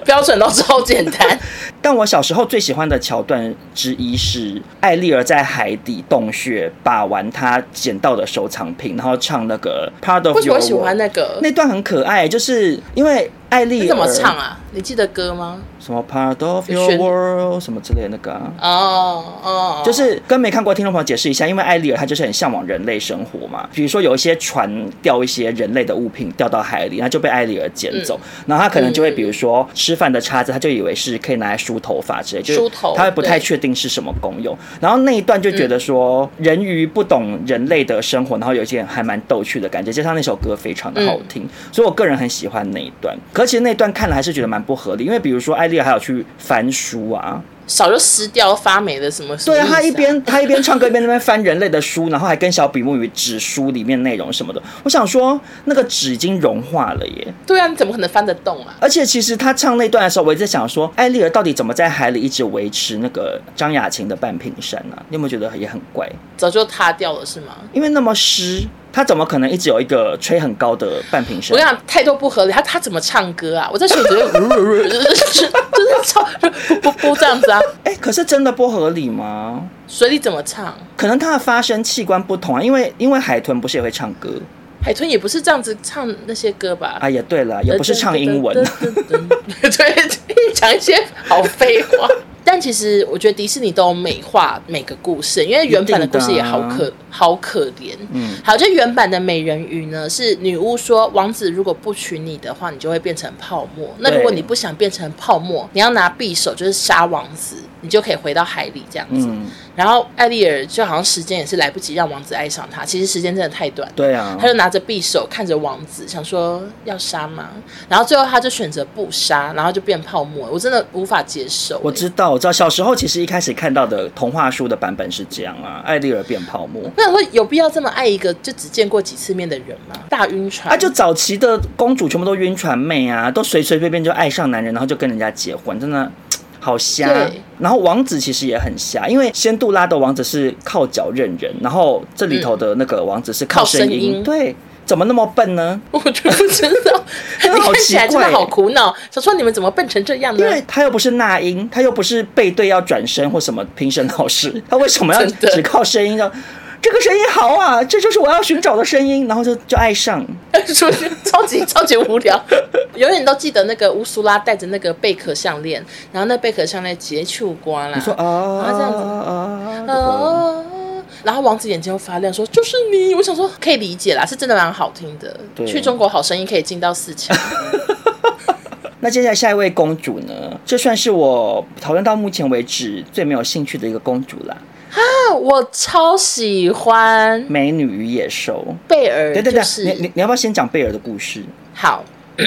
标准都超简单。但我小时候最喜欢的桥段之一是艾丽儿在海底洞穴把玩她捡到的收藏品，然后唱那个 Part of 为什 Your 么喜欢 World 那个？那段很可爱，就是因为艾丽你儿怎么唱啊？你记得歌吗？什么 Part of Your 旋律 World 什么之类的那个、啊。哦哦，就是跟没看过的听众朋友解释一下，因为艾丽尔她就是很向往人类生活嘛。比如说有一些船掉一些人类的物品掉到海里，那就被艾丽尔捡走，嗯然后她可能就会比如说吃饭的叉子，她就以为是可以拿来梳头发之类，就是梳头她会不太对确定是什么功用。然后那一段就觉得说、人鱼不懂人类的生活，然后有一些还蛮逗趣的感觉，加上那首歌非常的好嗯听，所以我个人很喜欢那一段。可其实那一段看了还是觉得蛮不合理，因为比如说艾丽尔还有去翻书啊，少就撕掉发霉的什么什么对意啊，思啊，他一边他一边唱歌，一边在那边翻人类的书，然后还跟小比目鱼指书里面内容什么的。我想说，那个纸已经融化了耶。对啊，你怎么可能翻得动啊？而且其实他唱那段的时候，我一直在想说，艾丽儿到底怎么在海里一直维持那个张雅琴的半屏山呢、啊？你有没有觉得也很怪？早就塌掉了是吗？因为那么湿，他怎么可能一直有一个吹很高的半屏我山跟？你讲，太多不合理。他他怎么唱歌啊？我在学的时候，就是就是就是唱不不不这样子啊。哎，可是真的不合理吗？水里怎么唱？可能他的发声器官不同啊，因为因为海豚不是也会唱歌海豚也不是这样子唱那些歌吧？啊？也对了，也不是唱英文。 对，讲一些好废话。但其实我觉得迪士尼都有美化每个故事，因为原版的故事也好一定可、好可怜。嗯好，就原版的美人鱼呢，是女巫说王子如果不娶你的话，你就会变成泡沫。那如果对你不想变成泡沫，你要拿匕首就是杀王子，你就可以回到海里这样子。嗯，然后艾丽尔就好像时间也是来不及让王子爱上她，其实时间真的太短。对啊。他就拿着匕首看着王子，想说要杀吗？然后最后他就选择不杀，然后就变泡沫了。我真的无法接受、我欸知道，我知道，小时候其实一开始看到的童话书的版本是这样啊，艾丽尔变泡沫。那我说有必要这么爱一个就只见过几次面的人吗？大晕船啊，就早期的公主全部都晕船妹啊，都随随便便就爱上男人，然后就跟人家结婚，真的好瞎对。然后王子其实也很瞎，因为仙杜拉的王子是靠脚认人，然后这里头的那个王子是靠靠声声音，音对，怎么那么笨呢？ 我就不知 道，你真的好看起来奇真怪的好苦恼，想说你们怎么笨成这样呢因？为他又不是那英，他又不是背对要转身或什么评审老 师，他为什么要真的只靠声音呢？这个声音好啊，这就是我要寻找的声音，然后就就爱上。 说超级超级无聊，永远都记得那个乌苏拉戴着那个贝壳项链，然后那贝壳项链结球瓜啦。你说啊然哦后这样子啊啊！哦，然后王子眼睛又发亮，说：“就是你。”我想说，可以理解啦，是真的蛮好听的。对去中国好声音可以进到四强，那接下来下一位公主呢？这算是我讨论到目前为止最没有兴趣的一个公主啦，啊我超喜欢美女与野兽。贝尔，等等就等，是你你你要不要先讲贝尔的故事？好。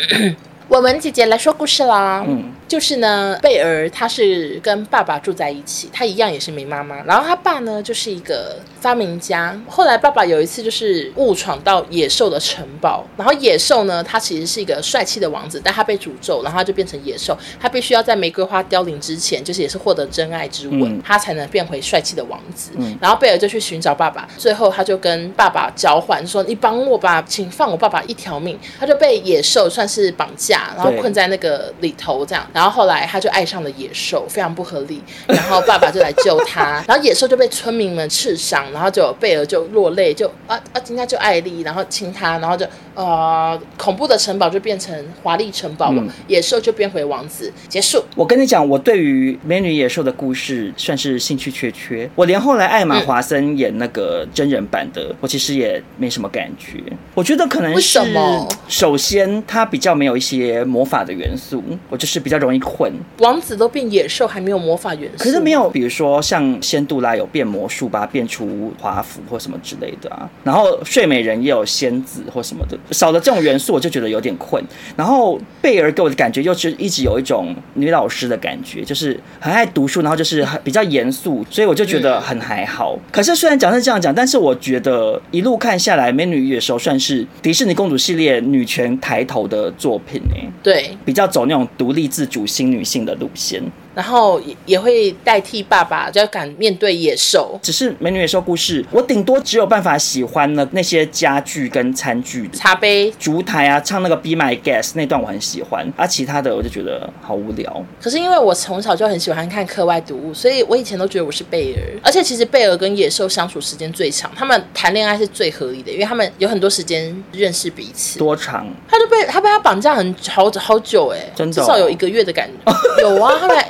我们姐姐来说故事啦。嗯，就是呢，贝儿她是跟爸爸住在一起，她一样也是没妈妈。然后她爸呢，就是一个发明家。后来爸爸有一次就是误闯到野兽的城堡，然后野兽呢，他其实是一个帅气的王子，但他被诅咒，然后他就变成野兽。他必须要在玫瑰花凋零之前，就是也是获得真爱之吻，嗯他才能变回帅气的王子。嗯然后贝尔就去寻找爸爸，最后他就跟爸爸交换，说：“你帮我吧，请放我爸爸一条命。”他就被野兽算是绑架，然后对困在那个里头这样。然后后来他就爱上了野兽，非常不合理。然后爸爸就来救 他，然后野兽就被村民们刺伤，然后就贝尔就落泪，就啊啊，今天就爱丽，然后亲他，然后就呃，恐怖的城堡就变成华丽城堡了，嗯野兽就变回王子，结束。我跟你讲，我对于《美女野兽》的故事算是兴趣缺缺。我连后来艾玛华森演那个真人版的，我其实也没什么感觉。我觉得可能为是什么首先它比较没有一些魔法的元素，我就是比较容易混。王子都变野兽，还没有魔法元素，可是没有，比如说像仙杜拉有变魔术吧，变出华服或什么之类的啊。然后睡美人也有仙子或什么的，少了这种元素，我就觉得有点困。然后贝尔给我的感觉又是一直有一种女老师的感觉，就是很爱读书，然后就是很比较严肃，所以我就觉得很还好。可是虽然讲是这样讲，但是我觉得一路看下来，《美女与野兽》算是迪士尼公主系列女权抬头的作品诶、对。比较走那种独立自主新女性的路线。然后也也会代替爸爸，就要敢面对野兽。只是《美女野兽》故事，我顶多只有办法喜欢了那些家具跟餐具、茶杯，烛台啊，唱那个《Be My Guest》那段我很喜欢，啊，其他的我就觉得好无聊。可是因为我从小就很喜欢看课外读物，所以我以前都觉得我是贝尔。而且其实贝尔跟野兽相处时间最长，他们谈恋爱是最合理的，因为他们有很多时间认识彼此。多长？他就被他被他绑架很好好久哎、真的至哦少有一个月的感觉。有啊，他们还。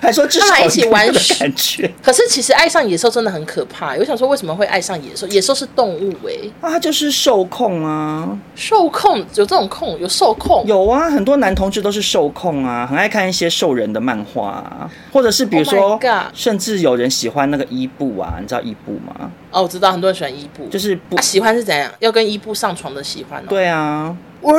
还说至他们少哎还一起有玩这个水感觉可是其实爱上野兽真的很可怕、我想说为什么会爱上野兽？野兽是动物哎、啊，他就是受控啊，受控有这种控，有受控，有啊，很多男同志都是受控啊，很爱看一些兽人的漫画啊，或者是比如 Oh my 说 god 甚至有人喜欢那个伊布啊，你知道伊布吗？哦，我知道很多人喜欢伊布，就是不啊，喜欢是怎样？要跟伊布上床的喜欢哦。，对啊，喂，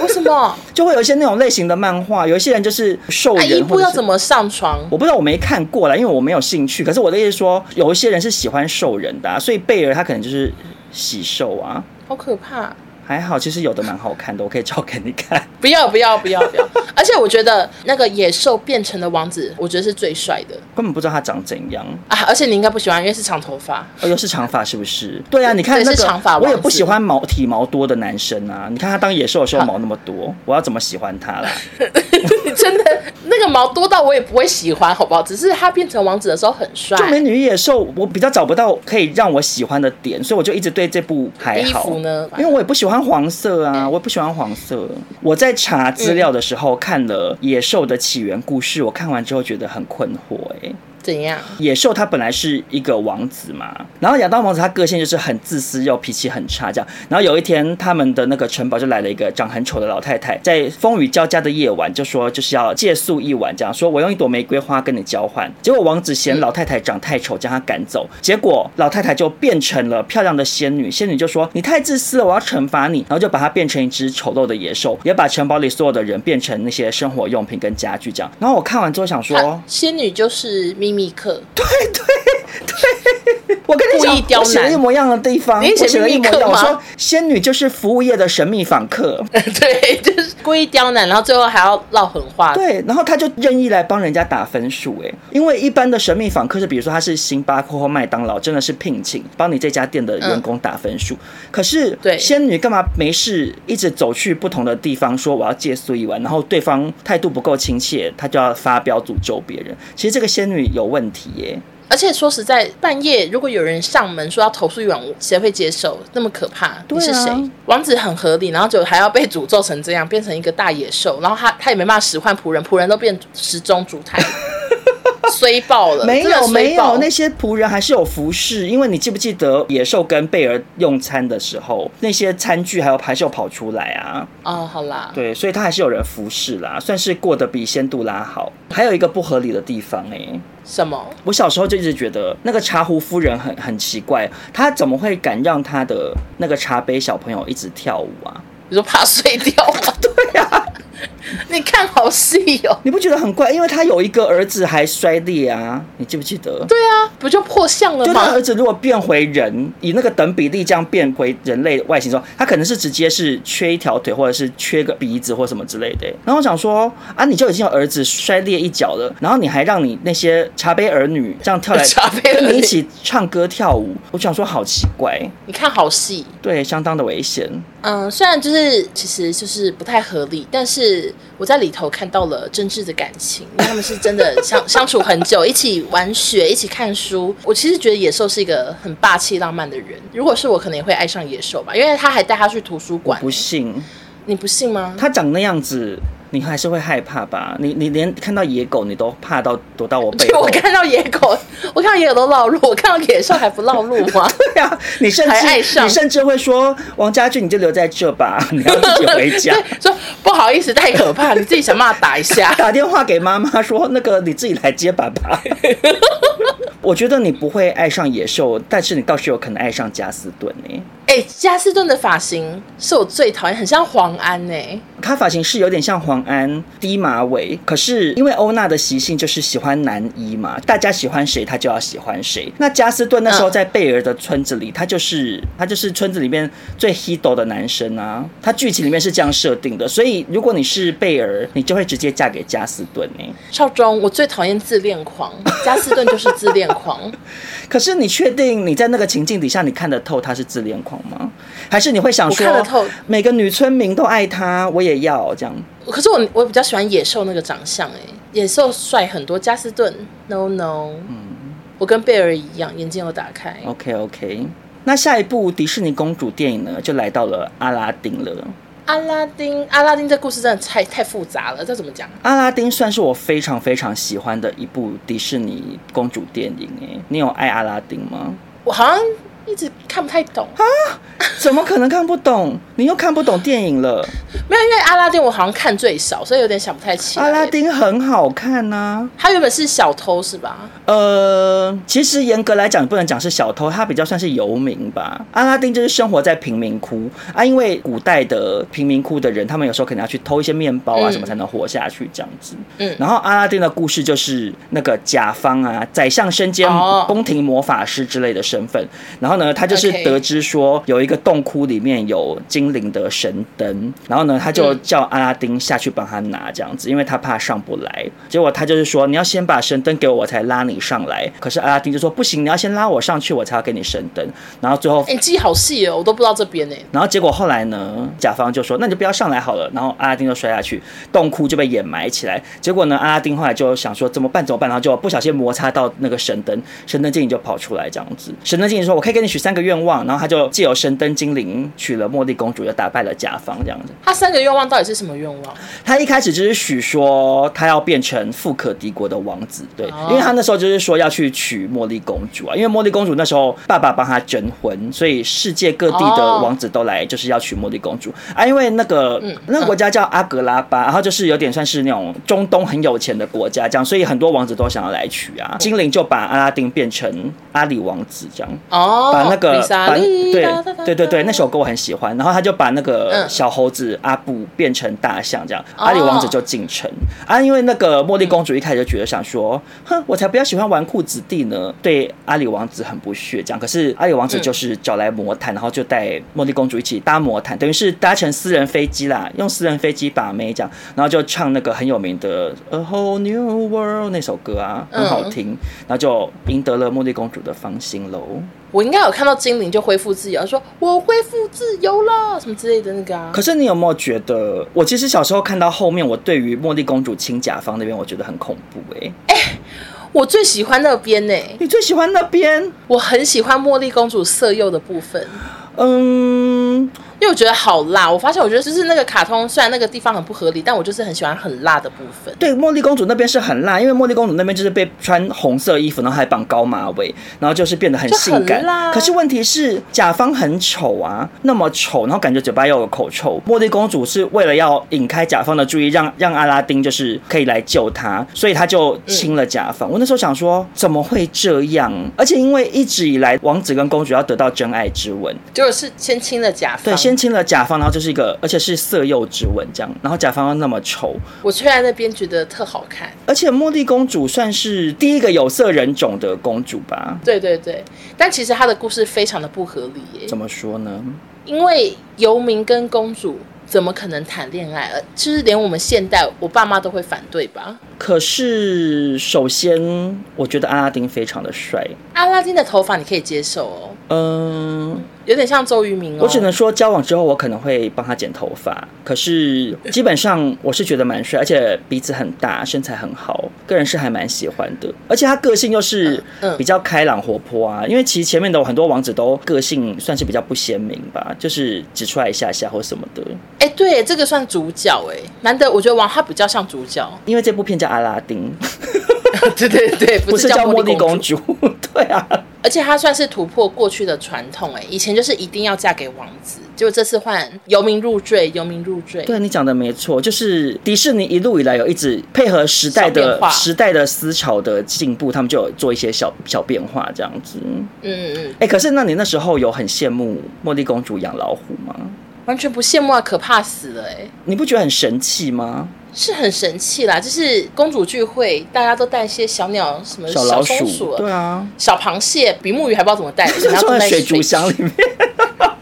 为什 么？就会有一些那种类型的漫画，有一些人就是兽那人，啊伊布或者要是怎么上床？我不知道，我没看过啦，因为我没有兴趣。可是我的意思是说，有一些人是喜欢兽人的、啊，所以贝尔他可能就是喜兽啊。好可怕！还好，其实有的蛮好看的，我可以照给你看。不要不要不要 不要！而且我觉得那个野兽变成的王子，我觉得是最帅的根本不知道他长怎样，啊！而且你应该不喜欢，因为是长头发。哦，又是长发是不是？对啊，你看对那是个，长发王子我也不喜欢毛体毛多的男生啊。你看他当野兽的时候好毛那么多，我要怎么喜欢 他啦？你真的那个毛多到我也不会喜欢，好不好？只是他变成王子的时候很帅就。美女与野兽，我比较找不到可以让我喜欢的点，所以我就一直对这部还衣好。服呢？因为我也不喜欢黄色啊，我也不喜欢黄色。我在查资料的时候看了《野兽的起源故事》，我看完之后觉得很困惑、欸。怎样？野兽他本来是一个王子嘛，然后亚当王子他个性就是很自私又脾气很差这样。然后有一天他们的那个城堡就来了一个长很丑的老太太，在风雨交加的夜晚就说就是要借宿一晚，这样说我用一朵玫瑰花跟你交换。结果王子嫌老太太长太丑，将她赶走。结果老太太就变成了漂亮的仙女，仙女就说你太自私了，我要惩罚你，然后就把她变成一只丑陋的野兽，也把城堡里所有的人变成那些生活用品跟家具这样。然后我看完之后想说他。啊仙女就是秘密课，我跟故你意刁讲，我写了难一模一样的地方，你也写我写了一模一秘密课样。我吗啊说仙女就是服务业的神秘访客， 对， 就是故意刁难，然后最后还要唠狠话，对，然后她就任意来帮人家打分数，哎，因为一般的神秘访客是，比如说他是星巴克或麦当劳，真的是聘请帮你这家店的员工打分数。可是对仙女干嘛没事一直走去不同的地方说我要借宿一晚，然后对方态度不够亲切，她就要发飙诅咒别人。其实这个仙女有问题哎耶，而且说实在，半夜如果有人上门说要投诉一晚，谁会接受？那么可怕，对你啊是谁？王子很合理，然后就还要被诅咒成这样，变成一个大野兽，然后他他也没办法使唤仆人，仆人都变时钟烛 台，衰爆了，没真的有衰没有爆，那些仆人还是有服侍，因为你记不记得野兽跟贝尔用餐的时候，那些餐具还有还是有跑出来啊？哦，好啦，对，所以他还是有人服侍啦，算是过得比仙杜拉好。还有一个不合理的地方哎、什么？我小时候就一直觉得那个茶壶夫人很很奇怪，她怎么会敢让她的那个茶杯小朋友一直跳舞啊？ 你说怕碎掉吗？对呀、你看好细哦。你不觉得很怪？因为他有一个儿子还摔裂啊，你记不记得？对啊，不就破相了就他吗 儿？子如果变回人，以那个等比例这样变回人类外形的时候，他可能是直接是缺一条腿，或者是缺个鼻子或什么之类的。然后我想说，啊，你就已经有儿子摔裂一脚了，然后你还让你那些茶杯儿女这样 跳来茶杯儿女跟你一起唱歌跳舞，我想说好奇怪，你看好细。对，相当的危险。嗯，虽然就是其实就是不太合理，但是我在里头看到了真挚的感情，因为他们是真 的相相处很久，一起玩雪，一起看书。我其实觉得野兽是一个很霸气浪漫的人，如果是我，可能也会爱上野兽吧，因为他还带他去图书我馆。不信，你不信吗？他长那样子。你还是会害怕吧？你你连看到野狗你都怕到躲到我 背就后我，看到野狗，我看到野狗都绕路，我看到野兽还不绕路 吗？对啊，你甚还爱至上你甚至会说王家俊，你就留在这吧， 你要自己回家。对，说不好意思，太可怕，你自己想办法打一下 。打电话给妈妈说：“那个你自己来接爸 爸。”我觉得你不会爱上野兽，但是你倒是有可能爱上加斯顿呢、哎、加斯顿的发型是我最讨厌，很像黄安呢、欸他发型是有点像黄安低马尾，可是因为欧娜的习性就是喜欢男一嘛，大家喜欢谁他就要喜欢谁。那加斯顿那时候嗯在贝尔的村子里，他就是他就是村子里面最 hito 的男生啊。他剧情里面是这样设定的，所以如果你是贝尔，你就会直接嫁给加斯顿呢、少中，我最讨厌自恋 狂，加斯顿就是自恋狂。可是你确定你在那个情境底下，你看得透他是自恋狂吗？还是你会想我说，看得透每个女村民都爱他，我也要这样？可是我我比较喜欢野兽那个长相哎、野兽帅很多，加斯顿 no no，我嗯跟贝尔一样，眼睛有打开。 OK OK，那下一部迪士尼公主电影呢，就来到了阿拉丁了。阿拉丁，阿拉丁这故事真的太太复杂了，这怎么讲？阿拉丁算是我非常非常喜欢的一部迪士尼公主电影诶，你有爱阿拉丁 吗？我好像一直看不太懂，怎么可能看不懂？你又看不懂电影了？没有，因为阿拉丁我好像看最少，所以有点想不太起来。阿拉，丁很好看啊呐、他原本是小偷是吧？呃，其实严格来讲，你不能讲是小偷，他比较算是游民吧。阿拉丁就是生活在贫民窟啊，因为古代的贫民窟的人，他们有时候可能要去偷一些面包啊嗯什么才能活下去这样子。嗯然后阿拉丁的故事就是那个甲方啊，宰相身兼哦宫廷魔法师之类的身份，然后呢，他就是 OK 得知说有一个洞窟里面有精灵的神灯，然后呢，他就嗯叫阿拉丁下去帮他拿这样子，因为他怕上不来。结果他就是说你要先把神灯给我，我才拉你上来。可是阿拉丁就说不行，你要先拉我上去，我才要给你神灯。然后最后哎、你记好细哦，我都不知道这边哎、然后结果后来呢，甲方就说那你就不要上来好了，然后阿拉丁就摔下去，洞窟就被掩埋起来。结果呢，阿拉丁后来就想说怎么办怎么办，然后就不小心摩擦到那个神灯，神灯精灵就跑出来这样子。神灯精灵说我可以给你许三个愿望，然后他就借由神灯精灵娶了茉莉公主，又打败了甲方这样子。他三个愿望到底是什么愿望？他一开始就是许说他要变成富可敌国的王子，对，哦因为他那时候就是说要去娶茉莉公主啊，因为茉莉公主那时候爸爸帮她征婚，所以世界各地的哦王子都来就是要娶茉莉公主啊，因为那个、嗯那个国家叫阿格拉巴，然后就是有点算是那种中东很有钱的国家这样，所以很多王子都想要来娶啊，精灵就把阿拉丁变成阿里王子这样。哦，把那个丽莎把莉对哒哒哒对对对，那首歌我很喜欢。然后他就把那个嗯小猴子阿布变成大象，这样哦阿里王子就进城啊。因为那个茉莉公主一开始就觉得想说，哼，我才不要喜欢纨绔子弟呢，对阿里王子很不屑这样。可是阿里王子嗯就是找来魔毯，然后就带茉莉公主一起搭魔毯，等于是搭乘私人飞机啦，用私人飞机把妹这样，然后就唱那个很有名的《A Whole New World》那首歌啊，很好嗯听，然后就赢得了茉莉公主的芳心喽。我应该有看到精灵就恢复自由，他说我恢复自由了什么之类的那个啊可。是你有没有觉得，我其实小时候看到后面，我对于茉莉公主亲甲方那边，我觉得很恐怖哎、我最喜欢那边呢、你最喜欢那边？我很喜欢茉莉公主色诱的部分，嗯，因为我觉得好辣。我发现我觉得就是那个卡通，虽然那个地方很不合理，但我就是很喜欢很辣的部分。对，茉莉公主那边是很辣，因为茉莉公主那边就是被穿红色衣服，然后还绑高马尾，然后就是变得很就很性感辣。可是问题是，甲方很丑啊，那么丑，然后感觉嘴巴又有口臭。茉莉公主是为了要引开甲方的注意，让让阿拉丁就是可以来救她，所以她就亲了甲方。我那时候想说，怎么会这样？而且因为一直以来，王子跟公主要得到真爱之吻，结果是先亲了甲方，对，先认清了甲方，然后就是一个，而且是色诱之吻这样，然后甲方又那么丑，我吹在那边觉得特好看。而且茉莉公主算是第一个有色人种的公主吧？对对对，但其实他的故事非常的不合理耶，怎么说呢？因为游民跟公主怎么可能谈恋爱？呃，就是连我们现代我爸妈都会反对吧。可是首先，我觉得阿拉丁非常的帅，阿拉丁的头发你可以接受哦，嗯、有点像周渝民哦。我只能说，交往之后我可能会帮他剪头发，可是基本上我是觉得蛮帅，而且鼻子很大，身材很好，个人是还蛮喜欢的。而且他个性又是嗯嗯比较开朗活泼啊，因为其实前面的很多王子都个性算是比较不鲜明吧，就是指出来一下下或什么的。哎、对，这个算主角哎，难得我觉得王他比较像主 角。因为这部片叫《阿拉丁》，对对对， 不不是是叫茉茉莉公公，主。 对啊，而且他算是突破过去的传统哎，以前就是一定要嫁给王子，结果这次换游民入赘，游民入赘。对你讲的没错，就是迪士尼一路以来有一直配合时代小的变化时代的思潮的进步，他们就有做一些小小变化这样子。嗯嗯，哎、可是那你那时候有很羡慕茉莉公主养老虎吗？完全不羡慕啊，可怕死了哎。你不觉得很神奇吗？是很神气啦，就是公主聚会，大家都带一些小鸟、什么老松鼠，鼠、对啊，小螃蟹，比目鱼还不知道怎么带，就然后 装都在带水族箱里面。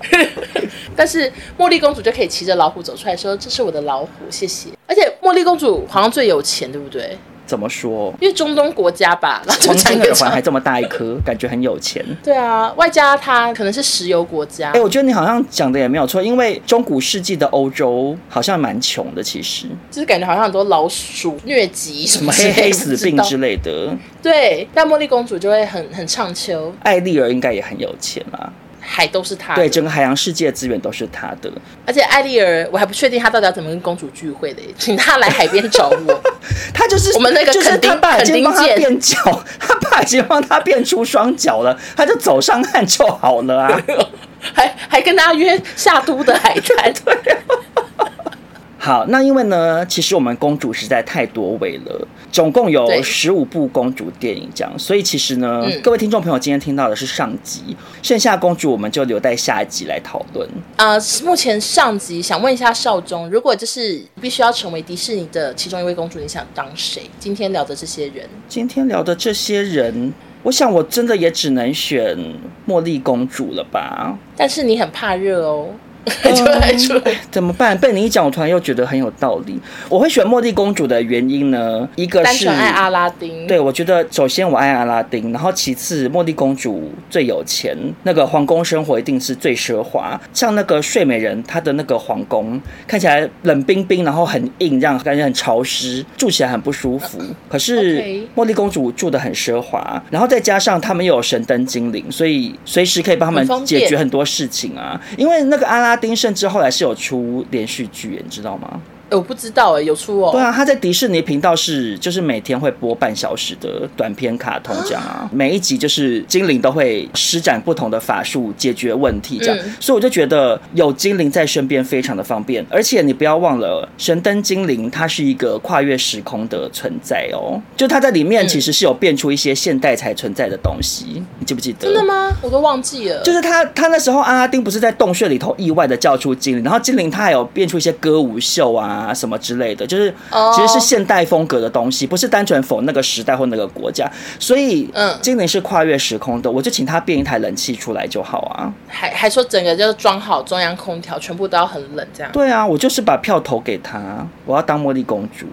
但是茉莉公主就可以骑着老虎走出来说：“这是我的老虎，谢谢。”而且茉莉公主好像最有钱，对不对？怎么说？因为中东国家吧，然后就黄产金一个耳环还厂这么大一颗，感觉很有钱。对啊，外加她可能是石油国家。哎、我觉得你好像讲的也没有错，因为中古世纪的欧洲好像蛮穷的，其实就是感觉好像很多老鼠疟疾什什么么黑之黑类死的病不之知道类的。对，但茉莉公主就会很很畅秋，艾丽儿应该也很有钱啦，海都是她的。对，整个海洋世界资源都是她的。而且艾丽儿，我还不确定她到底要怎么跟公主聚会的耶，请她来海边找我。 他就是我们那个就是垦丁他爸已经帮他垦丁舰变脚， 他爸已经帮他变出双脚了，他就走上岸就好了 啊。还还跟大家约夏都的海滩，对、好，那因为呢，其实我们公主实在太多位了，总共有对十五部公主电影这样，所以其实呢，嗯各位听众朋友今天听到的是上集，剩下公主我们就留在下一集来讨论。呃，目前上集想问一下少中，如果就是必须要成为迪士尼的其中一位公主，你想当谁？今天聊的这些人，今天聊的这些人，我想我真的也只能选茉莉公主了吧？但是你很怕热哦， 嗯就来出来。怎么办？被你一讲，我突然又觉得很有道理。我会选茉莉公主的原因呢，一个单是纯爱阿拉丁，对，我觉得首先我爱阿拉丁，然后其次茉莉公主最有钱，那个皇宫生活一定是最奢华。像那个睡美人，她的那个皇宫看起来冷冰冰，然后很硬，让感觉很潮湿，住起来很不舒 服。可是 OK 茉莉公主住的很奢华，然后再加上他们又有神灯精灵，所以随时可以帮他很们方解便决很多事情啊。因为那个阿拉丁甚至后来是有出连续剧，你知道吗？呃，我不知道哎，有出哦。对啊，他在迪士尼频道是就是每天会播半小时的短片卡通这样啊，每一集就是精灵都会施展不同的法术解决问题这样，嗯所以我就觉得有精灵在身边非常的方便，而且你不要忘了神灯精灵它是一个跨越时空的存在哦，就它在里面嗯其实是有变出一些现代才存在的东西，你记不记得？真的吗？我都忘记了。就是他，他那时候阿拉丁不是在洞穴里头意外的叫出精灵，然后精灵他还有变出一些歌舞秀啊什么之类的，就是哦其实是现代风格的东西，不是单纯否那个时代或那个国家，所以嗯精灵是跨越时空的，我就请他变一台冷气出来就好啊。还还说整个就是装好中央空调，全部都要很冷这样。对啊，我就是把票投给他，我要当茉莉公主。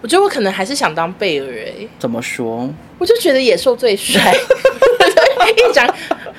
我觉得我可能还是想当贝尔哎。怎么说？我就觉得野兽最帅。 一讲，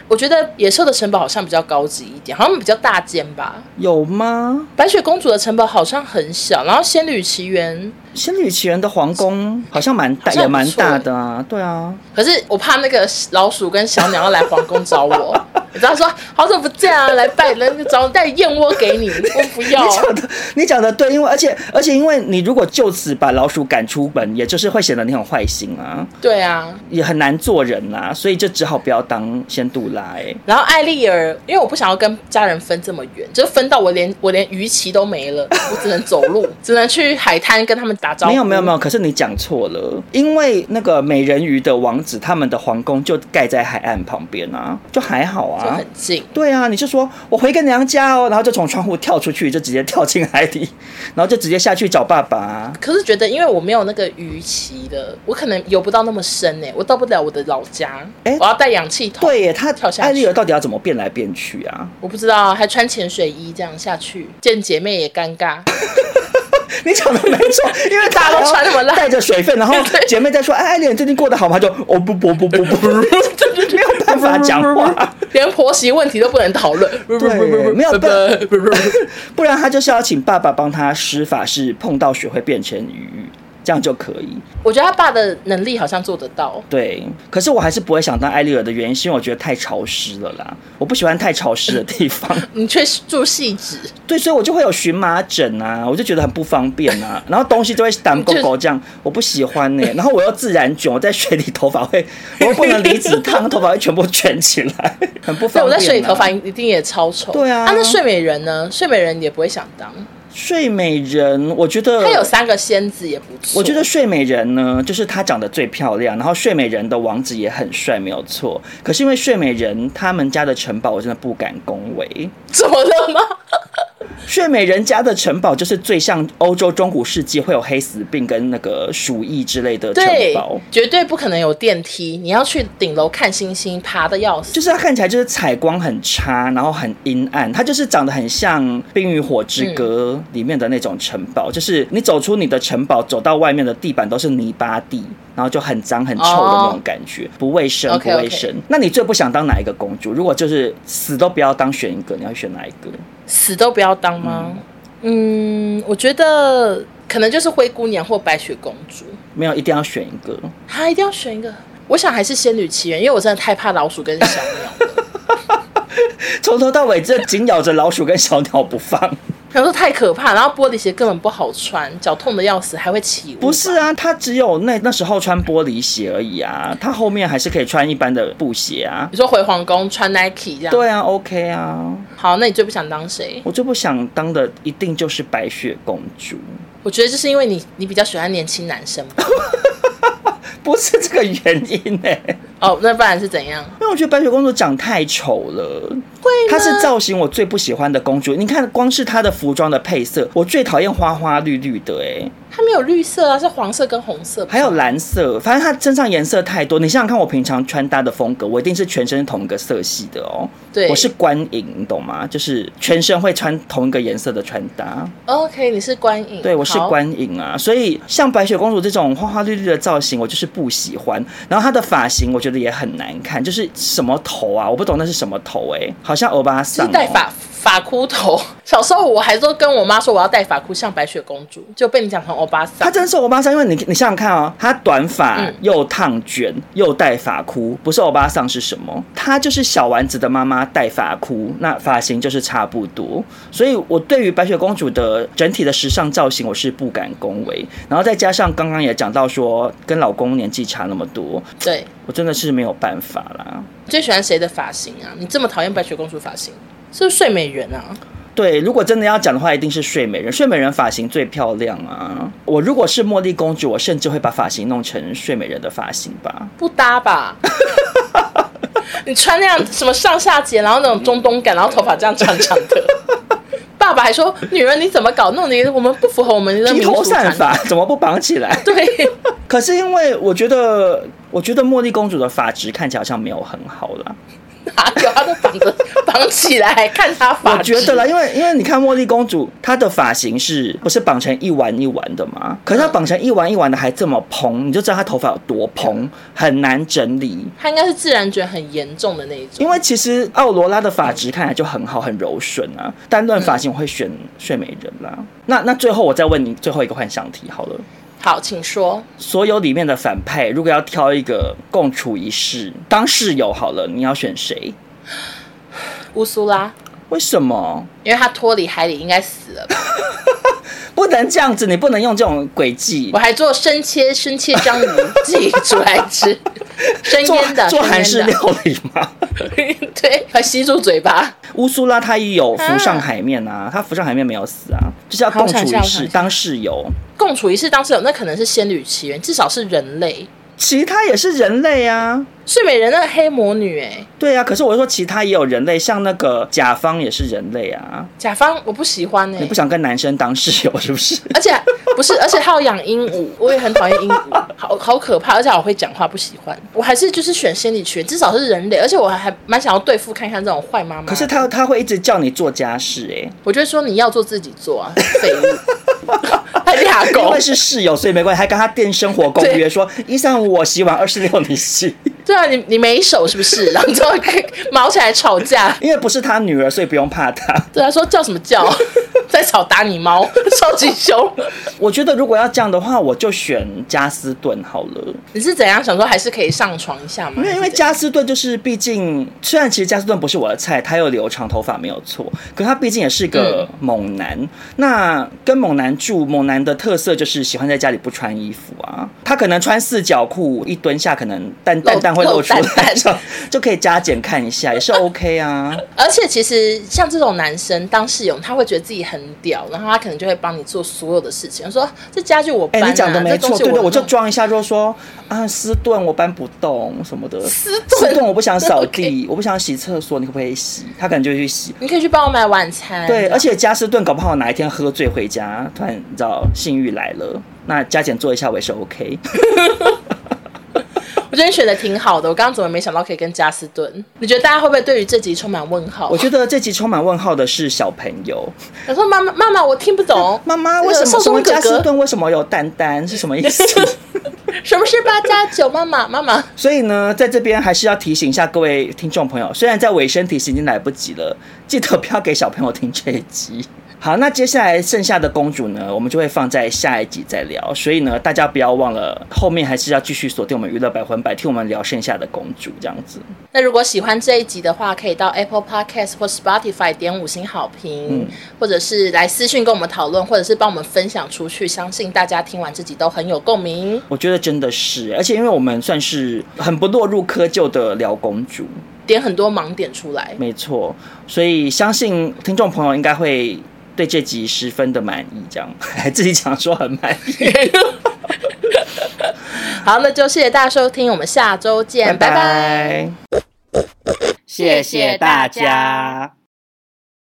我觉得野兽的城堡好像比较高级一点，好像比较大间吧。有吗？白雪公主的城堡好像很小，然后仙女奇缘， 《仙女奇缘》的皇宫好像蛮大，好像也不蛮错大欸的啊。对啊，可是我怕那个老鼠跟小鸟要来皇宫找我。 你知道说好久不见啊，来拜人找我带燕窝给你，我不要你。讲的， 你讲的对，因为而且而且，因为你如果就此把老鼠赶出门，也就是会显得你很坏心啊，对啊，也很难做人啦、所以就只好不要当仙杜拉、欸。然后艾丽儿，因为我不想要跟家人分这么远，就分到我连我连鱼鳍都没了，我只能走 路，只能去海滩跟他们打招呼。没有没有没有，可是你讲错了，因为那个美人鱼的王子他们的皇宫就盖在海岸旁边啊，就还好啊。就很近。对啊，你就说我回个娘家哦，然后就从窗户跳出去，就直接跳进海里，然后就直接下去找爸 爸啊、可是觉得，因为我没有那个鱼鳍的，我可能游不到那么深欸呢、我到不了我的老家，哎我要带氧气筒。对耶，他跳下去艾丽儿到底要怎么变来变去啊？我不知道，还穿潜水衣这样下去，见姐妹也尴尬。 你讲的没错，因为大家都穿那么烂带着水分，然后对姐妹在说：“哎，艾丽，你最近过得好吗？”她就哦不不不不不，没有办法讲话，连婆媳问题都不能讨论，不不不不不没有不不不不不不然她就是要请爸爸帮她施法，是碰到水会变成鱼，这样就可以。我觉得他爸的能力好像做得到，对，可是我还是不会想当艾丽儿的原因，是因为我觉得太潮湿了啦，我不喜欢太潮湿的地方。你却住细致，对，所以我就会有荨麻疹啊，我就觉得很不方便 啊，然后东西就会挡狗狗这样，我不喜欢呢、然后我又自然卷，我在水里头发 会，我又不能离子烫，头发会全部卷起来，很不对，方便、啊。我在水里头发一定也超丑。对啊啊，那睡美人呢？睡美人也不会想当，睡美人，我觉得她有三个仙子也不错。呃我觉得睡美人呢，就是她长得最漂亮，然后睡美人的王子也很帅，没有错。可是因为睡美人他们家的城堡，我真的不敢恭维。 怎么了 吗？睡美人家的城堡就是最像欧洲中古世纪会有黑死病跟那个鼠疫之类的城对堡。，绝对不可能有电梯，你要去顶楼看星星，爬的要死。就是它看起来就是采光很差，然后很阴暗，它就是长得很像《冰与火之歌》里面的那种城嗯堡，就是你走出你的城堡，走到外面的地板都是泥巴地，然后就很脏很臭的那种感觉，不卫生，不 OK，OK 卫生。那你最不想当哪一个公主？如果就是死都不要当选一个，你要选哪一个？死都不要当吗？嗯，我觉得可能就是灰姑娘或白雪公主，没有，一定要选一个。她一定要选一个。我想还是《仙女奇缘》，因为我真的太怕老鼠跟小鸟。 从头到尾这紧咬着老鼠跟小鸟不放。他说太可怕，然后玻璃鞋根本不好穿，脚痛的要死，还会起雾。不是，啊，她只有那那时候穿玻璃鞋而已啊，她后面还是可以穿一般的布鞋啊。你说回皇宫穿 Nike 这样？。对啊，OK 啊，好，那你最不想当谁？我最不想当的一定就是白雪公主， 我觉得就是因为你，你比较喜欢年轻男生吧。不是这个原因呢、哦，那不然是怎样？ 因为我觉得白雪公主长太丑了，会她是造型我最不喜欢的公主。你看，光是她的服装的配色，我最讨厌花花绿绿的、欸，它没有绿色啊，是黄色跟红色。还有蓝色，反正她身上颜色太多。你想想看，我平常穿搭的风格，我一定是全身同一个色系的哦。对，我是观影，你懂吗？就是全身会穿同一个颜色的穿搭。 OK，你是观影，对，我是好，观影啊，所以像白雪公主这种花花绿绿的造型，我就是不喜欢。然后她的发型，我觉得也很难看，就是什么头啊，我不懂那是什么头哎、好像欧巴就桑、是哦。戴发发箍头。小时候我还都跟我妈说我要戴发箍，像白雪公主，就被你讲成欧巴她桑。真的是欧巴桑，因为你你想想看哦，她短发嗯又烫卷又戴发箍，不是欧巴桑是什么？她就是小丸子的妈妈戴发箍，那发型就是差不多。所以我对于白雪公主的整体的时尚造型，我是不敢恭维。然后再加上刚刚也讲到说，跟老公年纪差那么多，对，我真的是没有办法啦。你最喜欢谁的发型啊？你这么讨厌白雪公主发型，是不是睡美人啊？对，如果真的要讲的话，一定是睡美人。睡美人发型最漂亮啊！我如果是茉莉公主，我甚至会把发型弄成睡美人的发型吧。不搭吧？ 你穿那样什么上下节，然后那种中东感，然后头发这样长长的。 爸爸还说：“女人你怎么搞弄的？我们不符合我们的披民头族传散统。发怎么不绑起 来”？对，可是因为我觉得，我觉得茉莉公主的发质看起来好像没有很好啦。哪有他都绑着绑起来，看他发我质。觉得啦，因为因为你看茉莉公主，她的发型是不是绑成一丸一丸的嘛？可是她绑成一丸一丸的还这么蓬，你就知道她头发有多蓬，很难整理。他应该是自然卷很严重的那一种。因为其实奥罗拉的发质看起来就很好，很柔顺啊。单论发型，我会选睡美人啦、那那最后我再问你最后一个幻想题好了，好，请说。所有里面的反派，如果要挑一个共处一室当室友好了，你要选谁？乌苏拉，为什么因为他脱离海里应该死了吧？不能这样子？你不能用这种诡计我。还做生切生切章鱼自己煮来 吃，生做腌的，做韩生式腌的料理吗？ 对，还吸住嘴巴。乌苏拉她也有浮上啊海面啊，她浮上海面没有死啊，就是要好我共处想一下一我想室一下当室友。共处一室当室友，那可能是仙女奇缘，至少是人类。其他也是人类啊，睡美人那个黑魔女、哎，对啊。可是我说其他也有人类，像那个甲方也是人类啊。甲方我不喜欢哎、你不想跟男生当室友是 不是？而且不是，而且还有养鹦鹉， 我也很讨厌鹦鹉，好好可怕，而且我会讲话，不喜欢。我还是就是选仙理学，至少是人类，而且我还蛮想要对付看看这种坏妈妈。可是他他会一直叫你做家事哎、我就会说你要做自己做啊，废物， 还俩因狗为。是室友，所以没关系，还跟他电生活公约说一三五我洗碗，二四六 你洗。对啊，你你没手是不是？ 然后就会毛起来吵架。因为不是他女儿，所以不用怕他。对啊，说叫什么 叫？在吵打你猫， 超级凶。我觉得如果要这样的话，我就选加斯顿好了，你是怎样想说还是可以上床一下吗？因为因为还是怎样加斯顿就是毕竟，虽然其实加斯顿不是我的菜，他又留长头发没有错，可他毕竟也是个嗯猛男。那跟猛男住，猛男的特色就是喜欢在家里不穿衣服啊，他可能穿四角裤，一蹲下可能蛋蛋蛋会露出来，露蛋蛋就 就可以加减看一下，也是 OK 啊。而且其实像这种男生当室友，他会觉得自己很屌，然后他可能就会帮你做所有的事情，说这家具我哎、搬、啊，你讲的没这东错，西对对，弄我就装一下，就说啊，斯顿我搬不动什么的，斯斯顿顿我不想扫地，我不想洗厕所，你可不可以洗？他可能就去洗。你可以去帮我买晚餐。啊对，而且加斯顿搞不好哪一天喝醉回家，突然你知道性欲来了，那加减做一下我也是 OK。我觉得你选的挺好的，我刚刚怎么没想到可以跟加斯顿？你觉得大家会不会对于这集充满问号？我觉得这集充满问号的是小朋友，得，我说妈妈妈妈，我听不懂，呃妈妈这个为什么少什宗么哥加斯哥顿为什么有蛋蛋是什么意 思？什么是八加九？妈妈妈妈，所以呢，在这边还是要提醒一下各位听众朋友，虽然在尾声提醒已经来不及了，记得不要给小朋友听这一集。 好，那接下来剩下的公主呢，我们就会放在下一集再聊。所以呢，大家不要忘了，后面还是要继续锁定我们娱乐百分百，听我们聊剩下的公主这样子。那如果喜欢这一集的话，可以到 Apple Podcast 或 Spotify 点五星好评，或者是来私讯跟我们讨论，或者是帮我们分享出去。相信大家听完这集都很有共鸣。我觉得真的是，而且因为我们算是很不落入窠臼的聊公主，点很多盲点出来。没错，所以相信听众朋友应该会对这集十分的满意。这样， 还自己讲说很满意。好，那就谢谢大家收听，我们下周见，拜拜拜，谢谢大家。